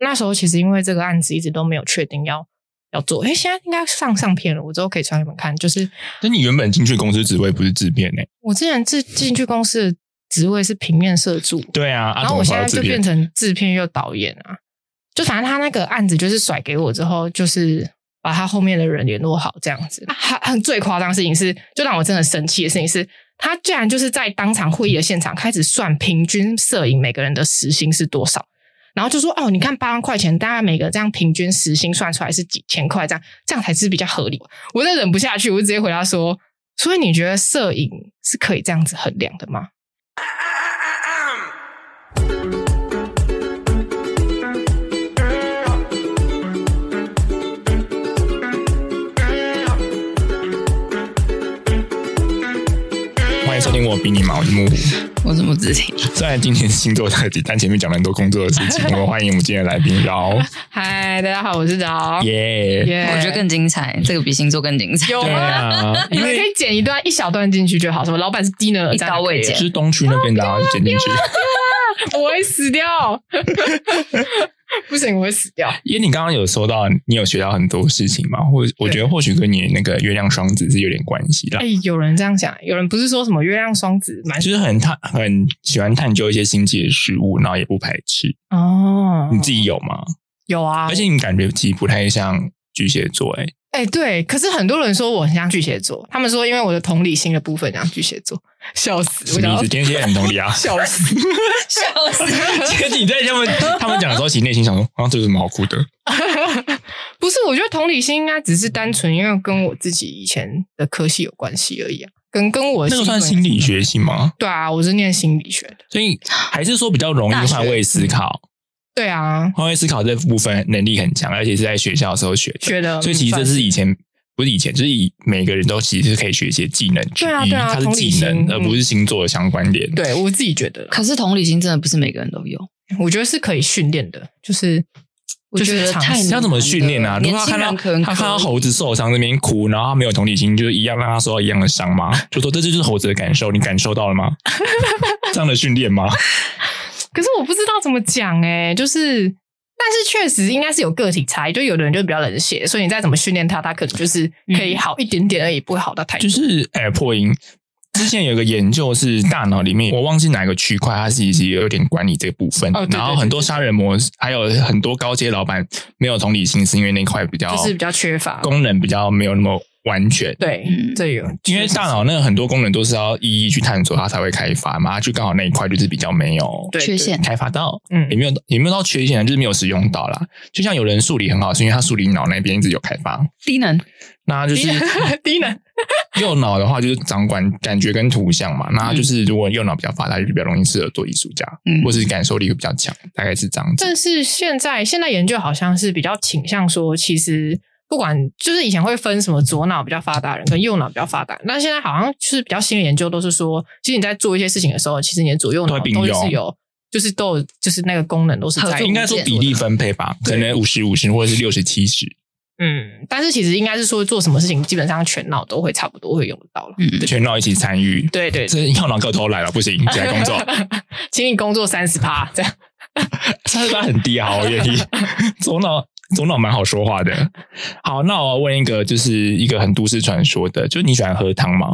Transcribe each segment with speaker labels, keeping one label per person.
Speaker 1: 那时候其实因为这个案子一直都没有确定要要做，哎，现在应该上上片了，我之后可以传给你们看。就是
Speaker 2: 但你原本进去公司职位不是欸制片呢、
Speaker 1: 我之前进进去公司的职位是平面摄助，
Speaker 2: 对啊，
Speaker 1: 然后我
Speaker 2: 阿童
Speaker 1: 现在
Speaker 2: 跑到制
Speaker 1: 就变
Speaker 2: 片，
Speaker 1: 成制片又导演啊，就反正他那个案子就是甩给我之后，就是把他后面的人联络好这样子。很很最夸张的事情是，就让我真的生气的事情是，他居然就是在当场会议的现场开始算平均摄影每个人的时薪是多少。然后就说哦，你看八万块钱，大家每个这样平均时薪算出来是几千块，这样这样才是比较合理。我真的忍不下去，我就直接回答说：所以你觉得摄影是可以这样子衡量的吗？
Speaker 2: 欢迎收听我比你忙，我是木虎。
Speaker 3: 我怎么自己？
Speaker 2: 虽然今天星座特辑，但前面讲了很多工作的事情， 我们欢迎我们今天的来宾饶
Speaker 1: 嗨，大家好，我是饶。
Speaker 2: 耶。
Speaker 1: 耶
Speaker 3: 我觉得更精彩，这个比星座更精彩。
Speaker 1: 有
Speaker 2: 对
Speaker 1: 吗？
Speaker 2: 啊，
Speaker 1: 你
Speaker 2: 因
Speaker 1: 们可
Speaker 2: 为
Speaker 1: 以剪一段一小段进去就好，什么老板是低能儿
Speaker 3: 一刀未剪
Speaker 2: 是东区那边的啊，剪进去。
Speaker 1: 我会死掉， 不行，我会死掉。
Speaker 2: 因为你刚刚有说到，你有学到很多事情嘛，或我觉得或许跟你那个月亮双子是有点关系啦
Speaker 1: 哎、。有人这样讲，有人不是说什么月亮双子蛮
Speaker 2: 就是很探很喜欢探究一些新奇的事物，然后也不排斥。
Speaker 1: 哦，
Speaker 2: 你自己有吗？
Speaker 1: 有啊
Speaker 2: 而？且你感觉其实不太像巨蟹座、欸，
Speaker 1: 哎、对，可是很多人说我很像巨蟹座，他们说因为我的同理心的部分像巨蟹座，笑死，
Speaker 2: 什
Speaker 1: 我
Speaker 2: 么
Speaker 1: 想
Speaker 2: 意
Speaker 1: 要。
Speaker 2: 思？今天今天很同理 啊
Speaker 1: 笑死，
Speaker 3: 笑死！
Speaker 2: 其实你在他们他们讲的时候，其实内心想说，啊，这有什么好哭的？
Speaker 1: 不是，我觉得同理心应该只是单纯因为跟我自己以前的科系有关系而已啊，跟跟我的
Speaker 2: 那
Speaker 1: 星座
Speaker 2: 个算
Speaker 1: 应该
Speaker 2: 心理学系吗？
Speaker 1: 对啊，我是念心理学的。
Speaker 2: 所以还是说比较容易换位思考，
Speaker 1: 对啊，
Speaker 2: 换位思考这部分能力很强，而且是在学校的时候学的。
Speaker 1: 学的。
Speaker 2: 所以其实这是以前不是以前，就是以每个人都其实是可以学一些技能之一，
Speaker 1: 对啊对啊
Speaker 2: 它是
Speaker 1: 同理
Speaker 2: 技能，
Speaker 1: 心嗯
Speaker 2: 而不是星座的相关联。
Speaker 1: 对我自己觉得啦，
Speaker 3: 可是同理心真的不是每个人都有，
Speaker 1: 我觉得是可以训练的，就是
Speaker 3: 我觉
Speaker 1: 就是
Speaker 3: 得
Speaker 1: 尝
Speaker 3: 太
Speaker 1: 试
Speaker 3: 难
Speaker 2: 要怎么训练啊？
Speaker 3: 了
Speaker 2: 如
Speaker 3: 年
Speaker 2: 果他
Speaker 3: 轻
Speaker 2: 看到
Speaker 3: 人可能
Speaker 2: 他看到
Speaker 3: 可以
Speaker 2: 猴子受伤那边哭，然后他没有同理心，就是一样让他受到一样的伤吗？就说这就是猴子的感受，你感受到了吗？这样的训练吗？
Speaker 1: 可是我不知道怎么讲哎、就是。但是确实应该是有个体差异，就有的人就比较冷血，所以你再怎么训练他，他可能就是可以好一点点而已，不会好到太多。
Speaker 2: 嗯就是哎、破音。之前有个研究是大脑里面，我忘记哪个区块，它是其实有点管理这部分。
Speaker 1: 哦对对
Speaker 2: 然后很多杀人魔，还有很多高阶老板没有同理心，是因为那块比较
Speaker 1: 就是比较缺乏
Speaker 2: 功能比较没有那么完全。
Speaker 1: 对，
Speaker 3: 嗯
Speaker 1: 这有
Speaker 2: 因为大脑那个很多功能都是要一一去探索，它才会开发嘛。它就刚好那一块就是比较没有
Speaker 1: 对
Speaker 3: 缺陷
Speaker 2: 开发到，
Speaker 1: 嗯
Speaker 2: 也没有也没有到缺陷，啊就是没有使用到啦。就像有人数理很好，是因为他数理脑那边一直有开发，
Speaker 3: 低能，
Speaker 2: 那他就
Speaker 1: 低
Speaker 2: 是
Speaker 1: 能 低能，
Speaker 2: 右脑的话就是掌管感觉跟图像嘛，那就是如果右脑比较发达，就比较容易适合做艺术家，
Speaker 3: 嗯
Speaker 2: 或是感受力比较强，大概是这样子。
Speaker 1: 但是现在现在研究好像是比较倾向说，其实不管就是以前会分什么左脑比较发达的人跟右脑比较发达，那现在好像就是比较新的研究都是说，其实你在做一些事情的时候，其实你的左右脑
Speaker 2: 都会并用
Speaker 1: 都是有，就是都有就是那个功能都是
Speaker 3: 合
Speaker 1: 在
Speaker 3: 作
Speaker 2: 应该说比例分配吧，可
Speaker 1: 对
Speaker 2: 能五十五十或者是六十七十，
Speaker 1: 嗯，但是其实应该是说做什么事情，基本上全脑都会差不多会用得到了。
Speaker 3: 嗯，
Speaker 2: 全脑一起参与。
Speaker 1: 对对，
Speaker 2: 这右脑给我偷懒了， 不行，起来工作。
Speaker 1: 请你工作三十趴这样。
Speaker 2: 三十八很低啊，我 愿意。左脑左脑蛮好说话的。好，那我问一个，就是一个很都市传说的，就是你喜欢喝汤吗？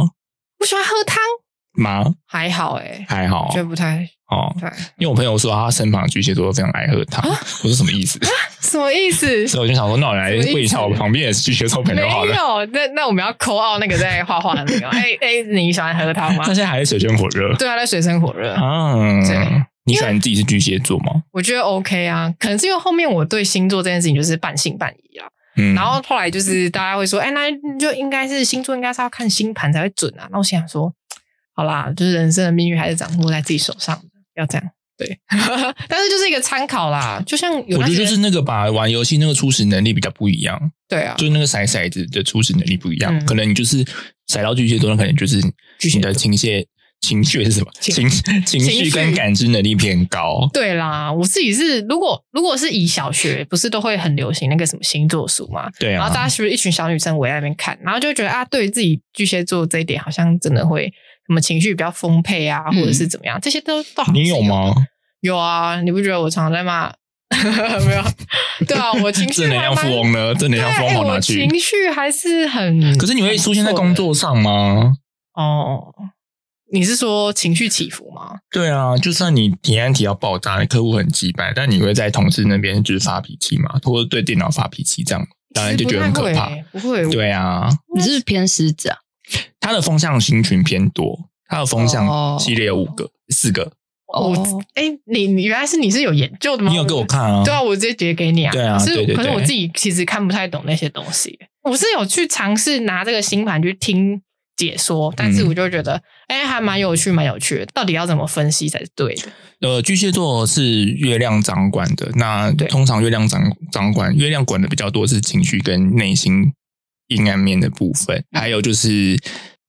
Speaker 1: 我喜欢喝汤，
Speaker 2: 吗？
Speaker 1: 还好哎、
Speaker 2: 还好
Speaker 1: 觉得不太
Speaker 2: 哦
Speaker 1: 不，太
Speaker 2: 因为我朋友说他身旁的巨蟹座都非常爱喝汤，
Speaker 3: 啊
Speaker 2: 我说什么意思？
Speaker 1: 什么意思？
Speaker 2: 所以我就想说，那我来
Speaker 1: 什么意思
Speaker 2: 问一下我旁边的巨蟹座朋
Speaker 1: 没
Speaker 2: 友好了。
Speaker 1: 有，那那我们要扣奥那个在画画的那 个。哎哎，你喜欢喝汤吗
Speaker 2: 他？现在还是水深火热
Speaker 1: 对啊，在水深火热，对
Speaker 2: 啊。你喜欢自己是巨蟹座吗？
Speaker 1: 我觉得 OK 啊。可能是因为后面我对星座这件事情就是半信半疑啊。
Speaker 2: 嗯，
Speaker 1: 然后后来就是大家会说，哎，那就应该是星座，应该是要看星盘才会准啊。那我心想说，好啦，就是人生的命运还是掌握在自己手上的，不要这样。对， 但是就是一个参考啦。就像有
Speaker 2: 我
Speaker 1: 那
Speaker 2: 觉得
Speaker 1: 些
Speaker 2: 就是那个吧，玩游戏那个初始能力比较不一样。
Speaker 1: 对啊，
Speaker 2: 就是那个骰骰子的初始能力不一样，
Speaker 1: 嗯
Speaker 2: 可能你就是骰到巨蟹座，那可能就是
Speaker 1: 巨蟹
Speaker 2: 你
Speaker 1: 座
Speaker 2: 的情绪情绪是什么？
Speaker 1: 情
Speaker 2: 情
Speaker 1: 情
Speaker 2: 情
Speaker 1: 绪
Speaker 2: 绪跟感知能力偏高。
Speaker 1: 对啦，我自己是如果如果是以小学不是都会很流行那个什么星座书嘛，
Speaker 2: 对
Speaker 1: 然后大
Speaker 2: 啊，
Speaker 1: 家是不是一群小女生围在那边看，然后就会觉得啊，对于自己巨蟹座这一点，好像真的会什么情绪比较丰沛啊，
Speaker 3: 嗯
Speaker 1: 或者是怎么样，这些都都好。
Speaker 2: 你有？吗？
Speaker 1: 啊有啊，你不觉得我常常在骂？ 没有，对啊，我情 绪
Speaker 2: 正能量富翁呢？正
Speaker 1: 对
Speaker 2: 能量
Speaker 1: 啊，
Speaker 2: 富翁
Speaker 1: 哎
Speaker 2: 往哪
Speaker 1: 我
Speaker 2: 去？
Speaker 1: 情绪还是很，
Speaker 2: 可是你会出现在
Speaker 1: 很不错的
Speaker 2: 工作上吗？
Speaker 1: 哦。你是说情绪起伏吗？
Speaker 2: 对啊，就算你提案提到爆炸，客户很击败，但你会在同事那边就是发脾气嘛，或者对电脑发脾气，这样当然就觉得很
Speaker 1: 其
Speaker 2: 可怕。
Speaker 1: 实不太会，不会，
Speaker 2: 对啊，
Speaker 3: 你是不是偏狮子啊？
Speaker 2: 他的风向星群偏多，他的风向
Speaker 3: 哦
Speaker 2: 系列有五个、四个，
Speaker 1: 哦，哎、你你原来是你是有研究的吗？
Speaker 2: 你有给我看啊？
Speaker 1: 哦对啊，我直接截给你啊。
Speaker 2: 对啊
Speaker 1: 可是
Speaker 2: 对对
Speaker 1: 可是
Speaker 2: 对
Speaker 1: 我自己其实看不太懂那些东西。我是有去尝试拿这个星盘去听解说，但是
Speaker 2: 嗯
Speaker 1: 我就觉得，哎、还蛮有趣，蛮有趣的。到底要怎么分析才是对的？
Speaker 2: 呃，巨蟹座是月亮掌管的，那
Speaker 1: 对
Speaker 2: 通常月亮掌掌管月亮管的比较多是情绪跟内心阴暗面的部分，
Speaker 1: 嗯
Speaker 2: 还有就是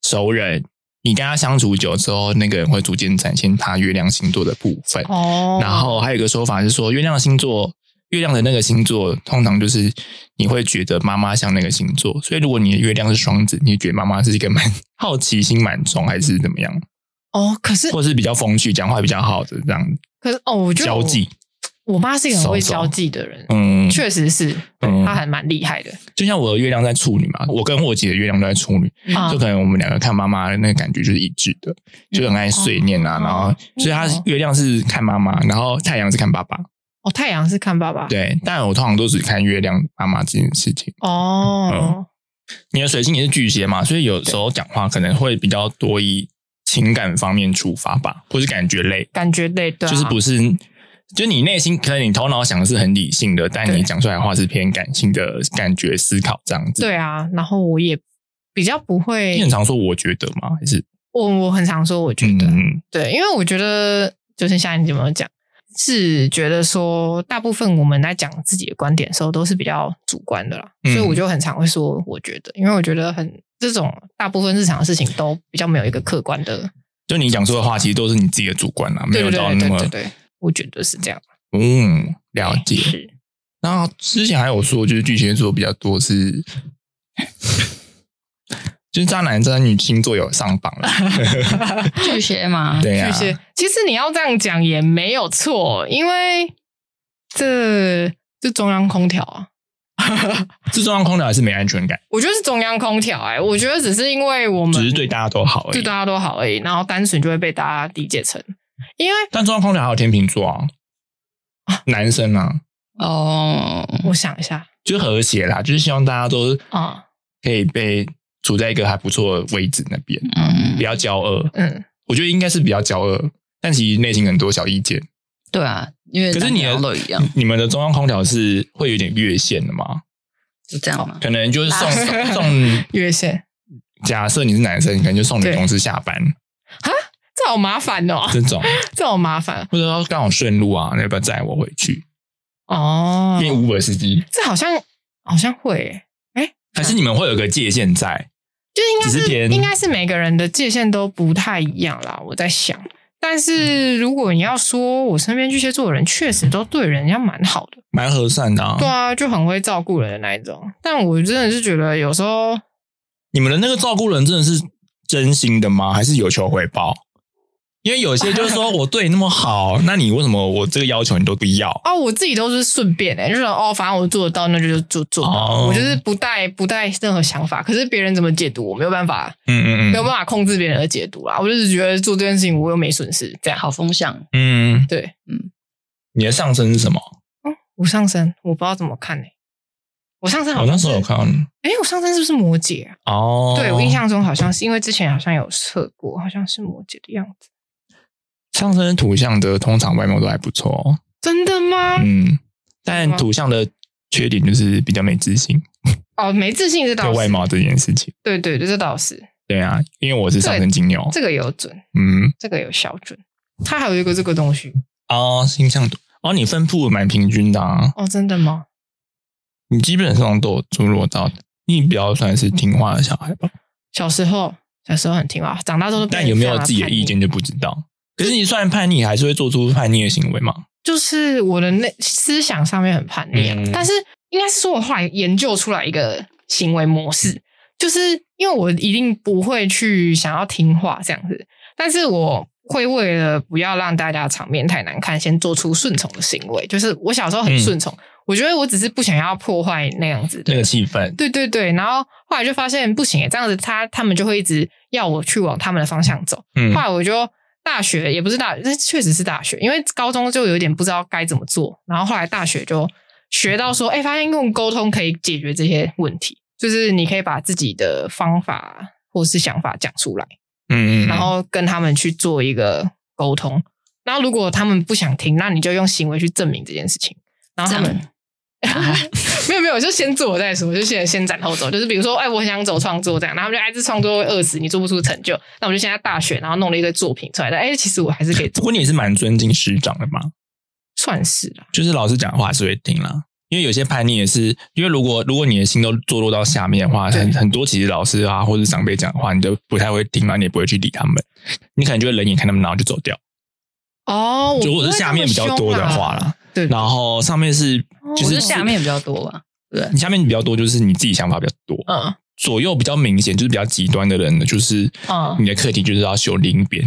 Speaker 2: 熟人，你跟他相处久之后，那个人会逐渐展现他月亮星座的部分。
Speaker 1: 哦
Speaker 2: 然后还有一个说法是说，月亮星座，月亮的那个星座，通常就是你会觉得妈妈像那个星座，所以如果你的月亮是双子，你会觉得妈妈是一个蛮好奇心蛮重，还是怎么样，
Speaker 1: 哦，可是
Speaker 2: 或是比较风趣、讲话比较好的这样
Speaker 1: 可是哦，我觉得
Speaker 2: 交
Speaker 1: 我
Speaker 2: 际。，
Speaker 1: 我妈是一个很会
Speaker 2: 手肘
Speaker 1: 交际的人，
Speaker 2: 嗯，
Speaker 1: 确实是，对
Speaker 2: 嗯
Speaker 1: 她还蛮厉害的。
Speaker 2: 就像我的月亮在处女嘛，我跟我姐的月亮都在处女，
Speaker 1: 啊
Speaker 2: 嗯就可能我们两个看妈妈的那个感觉就是一致的，就很爱碎念啊，
Speaker 1: 嗯
Speaker 2: 然后所以她月亮是看妈妈，然后太阳是看爸爸，
Speaker 1: 哦，太阳是看爸爸，
Speaker 2: 对，但我通常都只看月亮妈妈这件事情。嗯
Speaker 1: 哦，
Speaker 2: 你的水星也是巨蟹嘛，所以有时候讲话可能会比较多以情感方面出发吧，或是感觉类，
Speaker 1: 感觉对对啊、
Speaker 2: 就是不是，就你内心可能你头脑想的是很理性的，但
Speaker 1: 对
Speaker 2: 你讲出来的话是偏感性的感觉思考这样子。，
Speaker 1: 对啊。然后我也比较不
Speaker 2: 你
Speaker 1: 会
Speaker 2: 很，常说我觉得嘛，还是
Speaker 1: 我我很常说，我觉得、
Speaker 2: 嗯
Speaker 1: 对，因为我觉得就是像你怎么讲，是觉得说大部分我们在讲自己的观点的时候都是比较主观的啦，
Speaker 2: 嗯
Speaker 1: 所以我就很常会说我觉得，因为我觉得很这种大部分日常的事情都比较没有一个客观的，
Speaker 2: 就你讲出的话，其实都是你自己的主观啦，没
Speaker 1: 对
Speaker 2: 有
Speaker 1: 对
Speaker 2: 到
Speaker 1: 对
Speaker 2: 那
Speaker 1: 对
Speaker 2: 么
Speaker 1: 对对，我觉得是这样，
Speaker 2: 嗯了解。
Speaker 1: 是
Speaker 2: 然后之前还有说，就是巨蟹座比较多是， 就是渣男渣女星座有上榜了，
Speaker 3: 巨 蟹嘛，
Speaker 2: 对啊呀、
Speaker 1: 巨蟹。其实你要这样讲也没有错，因为这这中央空调啊，
Speaker 2: 是中央空调还是没安全感？
Speaker 1: 我觉得是中央空调哎、我觉得只是因为我们
Speaker 2: 只是对大家都好而
Speaker 1: 对啊
Speaker 2: 已
Speaker 1: 大。家都好而已，然后单纯就会被大家理解成，因为
Speaker 2: 但中央空调还有天秤座啊， 男生啊，
Speaker 3: 哦，
Speaker 1: 我想一下
Speaker 2: 就是和谐啦，就是希望大家都
Speaker 1: 啊，
Speaker 2: 可以被处在一个还不错的位置那边，
Speaker 3: 嗯
Speaker 2: 不，要骄傲。
Speaker 1: 嗯，
Speaker 2: 我觉得应该是比较骄傲，但其实内心很多小意见。
Speaker 3: 对啊，因为
Speaker 2: 可是你
Speaker 3: 跟
Speaker 2: 的
Speaker 3: 都一
Speaker 1: 嗯
Speaker 3: 样，
Speaker 2: 你们的中央空调是会有点越线的吗？
Speaker 3: 就这样嘛。
Speaker 2: 可能就是送
Speaker 1: 拉
Speaker 2: 送，
Speaker 1: 月线，
Speaker 2: 假设你是男生，你可能就送女同事下班
Speaker 1: 这好麻烦哦，
Speaker 2: 这种，
Speaker 1: 这好麻烦
Speaker 2: 或者说刚好顺路啊，你要不要载我回去？
Speaker 1: 哦，
Speaker 2: 变 Uber 司机，
Speaker 1: 这好像好像会耶、
Speaker 2: 还是你们会有个界限在？
Speaker 1: 就应该
Speaker 2: 只是别人
Speaker 1: 应该是每个人的界限都不太一样啦。我在想，但
Speaker 2: 嗯
Speaker 1: 是如果你要说我身边巨蟹座的人，确实都对人家蛮好的，
Speaker 2: 蛮和善的啊
Speaker 1: 对啊，就很会照顾人的那一种。但我真的是觉得有时候
Speaker 2: 你们的那个照顾人真的是真心的吗？还是有求回报？因为有些就是说我对你那么 好，那你为什么我这个要求你都不要？
Speaker 1: 哦，我自己都是顺便哎、就是哦，反正我做得到，那就做做到。
Speaker 2: 哦
Speaker 1: 我就是不带不带任何想法，可是别人怎么解读，我没有办法，
Speaker 2: 嗯嗯
Speaker 1: 没有办法控制别人的解读啊啦。我就是觉得做这件事情我又没损失，这样
Speaker 3: 好风向，
Speaker 2: 嗯，
Speaker 1: 对。
Speaker 2: 你的上身是什么？
Speaker 1: 我上升我不知道怎么看呢、欸我上升好
Speaker 2: 我
Speaker 1: 像
Speaker 2: 那时候有
Speaker 1: 是
Speaker 2: 看到你
Speaker 1: 哎、我上身是不是摩羯啊？
Speaker 2: 哦，
Speaker 1: 对我印象中好像是，因为之前好像有测过，好像是摩羯的样子。
Speaker 2: 上身图像的通常外貌都还不错、哦，
Speaker 1: 真的吗？
Speaker 2: 嗯，但
Speaker 1: 是吗
Speaker 2: 图像的缺点就是比较没自信，
Speaker 1: 哦，没自信这
Speaker 2: 对啊
Speaker 1: 倒
Speaker 2: 外
Speaker 1: 是，
Speaker 2: 貌这件事情。
Speaker 1: 对对对，这倒是，
Speaker 2: 对啊，因为我是上升金牛，
Speaker 1: 这个有准，
Speaker 2: 嗯，
Speaker 1: 这个有小准。它还有一个这个东西
Speaker 2: 哦，星象图，哦，你分布蛮平均的啊，
Speaker 1: 哦，真的吗？
Speaker 2: 你基本上都有出落到，你比较算是听话的小孩吧。
Speaker 1: 小时候小时候很听话，长大之后都变
Speaker 2: 但
Speaker 1: 得
Speaker 2: 有没有
Speaker 1: 非常
Speaker 2: 自己的
Speaker 1: 哦叛逆
Speaker 2: 意见？就不知道。可是你算叛逆，还是会做出叛逆的行为嘛？
Speaker 1: 就是我的那思想上面很叛逆啊、
Speaker 2: 嗯
Speaker 1: 但是应该是说我后来研究出来一个行为模式，就是因为我一定不会去想要听话这样子，但是我会为了不要让大家场面太难看，先做出顺从的行为。就是我小时候
Speaker 2: 嗯
Speaker 1: 很顺从，我觉得我只是不想要破坏那样子的
Speaker 2: 那个气氛，
Speaker 1: 对对对，然后后来就发现不行欸耶，这样子他他们就会一直要我去往他们的方向走。
Speaker 2: 嗯
Speaker 1: 后来我就大学也不是大，这确实是大学，因为高中就有点不知道该怎么做，然后后来大学就学到说，哎，发现用沟通可以解决这些问题，就是你可以把自己的方法或是想法讲出来，
Speaker 2: 嗯嗯，
Speaker 1: 然后跟他们去做一个沟通。然后如果他们不想听，那你就用行为去证明这件事情。然后
Speaker 3: 这
Speaker 1: 他
Speaker 3: 样
Speaker 1: 们 没有没有，就先做再说，就先先斩后奏。就是比如说，哎，我很想走创作这样，然后他们就哎，这创作会饿死，你做不出成就。那我们就现在大学，然后弄了一堆作品出来的，哎，其实我还是可以
Speaker 2: 不
Speaker 1: 做，
Speaker 2: 过你也是蛮尊敬师长的嘛，
Speaker 1: 算是啦。
Speaker 2: 就是老师讲的话还是会听啦。因为有些叛逆也是，因为如果如果你的心都坐落到下面的话，
Speaker 1: 对
Speaker 2: 很很多其实老师啊或者长辈讲的话，你就不太会听嘛，你也不会去理他们，你可能就会冷眼看他们，然后就走掉。
Speaker 1: 哦，
Speaker 2: 就或者下面比较多的话啦，
Speaker 1: 对，
Speaker 2: 然后上面是
Speaker 1: 哦
Speaker 2: 就
Speaker 3: 我
Speaker 2: 是
Speaker 3: 是下面比较多啊吧，对，
Speaker 2: 你下面比较多，就是你自己想法比较多，
Speaker 1: 嗯
Speaker 2: 左右比较明显，就是比较极端的人呢，就是
Speaker 1: 嗯
Speaker 2: 你的课题就是要修零边。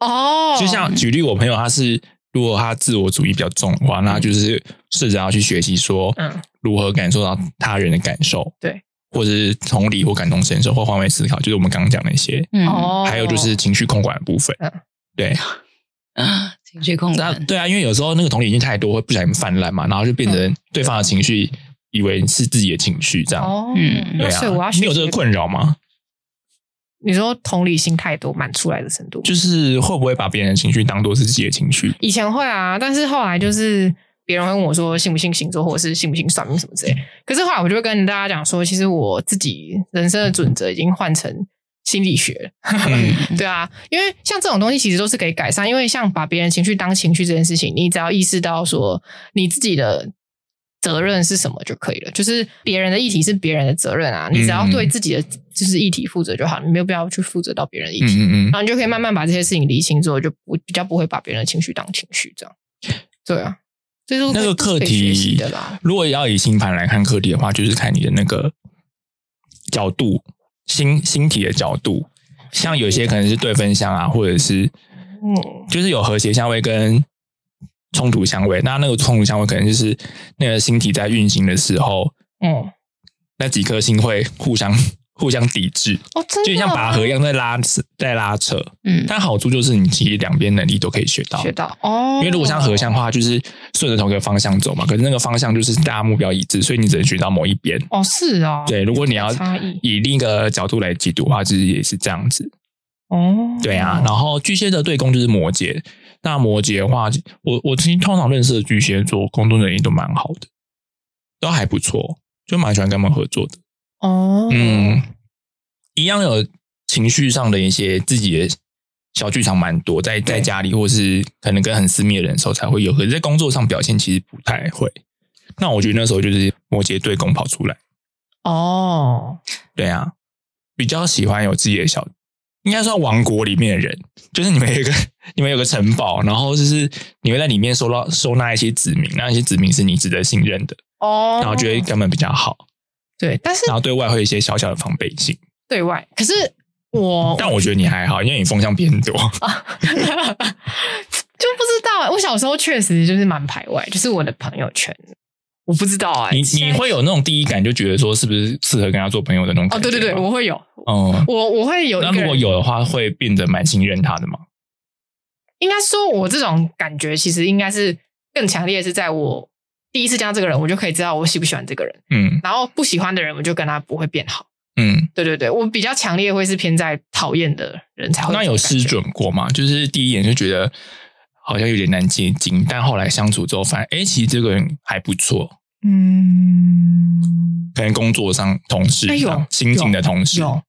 Speaker 1: 哦，
Speaker 2: 就像举例，我朋友他是如果他自我主义比较重的话，那他就是试着要去学习说
Speaker 1: 嗯
Speaker 2: 如何感受到他人的感受，
Speaker 1: 对，
Speaker 2: 或者是同理或感同身受或换位思考，就是我们刚刚讲的一些，
Speaker 3: 嗯，
Speaker 1: 哦，
Speaker 2: 还有就是情绪控管的部分
Speaker 1: 嗯，
Speaker 2: 对。
Speaker 3: 啊 情绪控
Speaker 2: 那
Speaker 3: 管，
Speaker 2: 对啊，因为有时候那个同理心太多，会不小心泛滥嘛，然后就变成对方的情绪，以为是自己的情绪这
Speaker 1: 嗯
Speaker 2: 样。
Speaker 1: 哦，
Speaker 3: 嗯
Speaker 1: 那
Speaker 2: 对啊
Speaker 1: 所以我要，
Speaker 2: 你有这个
Speaker 1: 学习
Speaker 2: 困扰吗？
Speaker 1: 你说同理心太多满出来的程度，
Speaker 2: 就是会不会把别人的情绪当做是自己的情绪？
Speaker 1: 以前会啊，但是后来就是别人会问我说信不信星座，或者是信不信算命什么之类。可是后来我就会跟大家讲说，其实我自己人生的准则已经换成心理学了。
Speaker 2: 嗯
Speaker 1: 对啊，因为像这种东西其实都是可以改善，因为像把别人情绪当情绪这件事情，你只要意识到说你自己的责任是什么就可以了。就是别人的议题是别人的责任啊，你只要
Speaker 2: 嗯
Speaker 1: 对自己的就是议题负责就好，你没有必要去负责到别人的议题。
Speaker 2: 嗯嗯嗯
Speaker 1: 然。后你就可以慢慢把这些事情理清之后，就不比较不会把别人的情绪当情绪这样。对啊，这就是
Speaker 2: 那个课
Speaker 1: 可以学习
Speaker 2: 题
Speaker 1: 的啦。，
Speaker 2: 如果要以星盘来看课题的话，就是看你的那个角度，星星体的角度。像有些可能是对分相啊，或者是
Speaker 1: 嗯，
Speaker 2: 就是有和谐相位跟冲突相位。那那个冲突相位可能就是那个星体在运行的时候，
Speaker 1: 嗯，
Speaker 2: 那几颗星会互相 互相抵制，
Speaker 1: 哦，真的
Speaker 2: 就像拔
Speaker 1: 啊
Speaker 2: 河一样在拉在拉扯。
Speaker 3: 嗯
Speaker 2: 但好处就是你其实两边能力都可以学到
Speaker 1: 学。到哦，
Speaker 2: 因为如果像合相的话，就是顺着同一个方向走嘛，可是那个方向就是大家目标一致，所以你只能学到某一边。
Speaker 1: 哦是啊，
Speaker 2: 对，如果你要
Speaker 1: 差异
Speaker 2: 以另一个角度来解读的话，其实也是这样子。
Speaker 1: 哦，
Speaker 2: 对啊，然后巨蟹的对宫就是摩羯。那摩羯的话，我我其实通常认识的巨蟹座工作能力都蛮好的，都还不错，就蛮喜欢跟他们合作的。
Speaker 1: 哦，
Speaker 2: 嗯，一样有情绪上的一些自己的小剧场蛮多，在在家里或是可能跟很私密的人的时候才会有，可是在工作上表现其实不太会。那我觉得那时候就是摩羯对宫跑出来。
Speaker 1: 哦，
Speaker 2: 对啊，比较喜欢有自己的小，应该算王国里面的人，就是你们有一个 你们有个城堡，然后就是你会在里面收到收纳一些子民，那一些子民是你值得信任的，
Speaker 1: 哦，
Speaker 2: 然后觉得他们比较好，
Speaker 1: 对，但是
Speaker 2: 然后对外会有一些小小的防备心。
Speaker 1: 对外，可是我
Speaker 2: 但我觉得你还好，因为你风向偏多，
Speaker 1: 就不知道欸，我小时候确实就是蛮排外，就是我的朋友圈，我不知道哎，
Speaker 2: 你
Speaker 1: 现
Speaker 2: 你
Speaker 1: 在
Speaker 2: 会有那种第一感，就觉得说是不是适合跟他做朋友的那种
Speaker 1: 哦，
Speaker 2: 感觉
Speaker 1: 对
Speaker 2: 吗。
Speaker 1: 对对，我会有，
Speaker 2: 嗯，
Speaker 1: 我我会有一
Speaker 2: 那
Speaker 1: 个
Speaker 2: 如果
Speaker 1: 人
Speaker 2: 有的话，会变得蛮信任他的嘛？
Speaker 1: 应该说，我这种感觉其实应该是更强烈，是在我第一次见到这个人，我就可以知道我喜不喜欢这个人，
Speaker 2: 嗯
Speaker 1: 然后不喜欢的人，我就跟他不会变好。
Speaker 2: 嗯，
Speaker 1: 对对对，我比较强烈会是偏在讨厌的人才会
Speaker 2: 那有失
Speaker 1: 失准，
Speaker 2: 准过吗？就是第一眼就觉得好像有点难接近，但后来相处之后发现，哎、其实这个人还不错，
Speaker 1: 嗯，
Speaker 2: 可能工作上同事
Speaker 1: 哎
Speaker 2: 这
Speaker 1: 有
Speaker 2: 样，新进的同事，
Speaker 1: 有。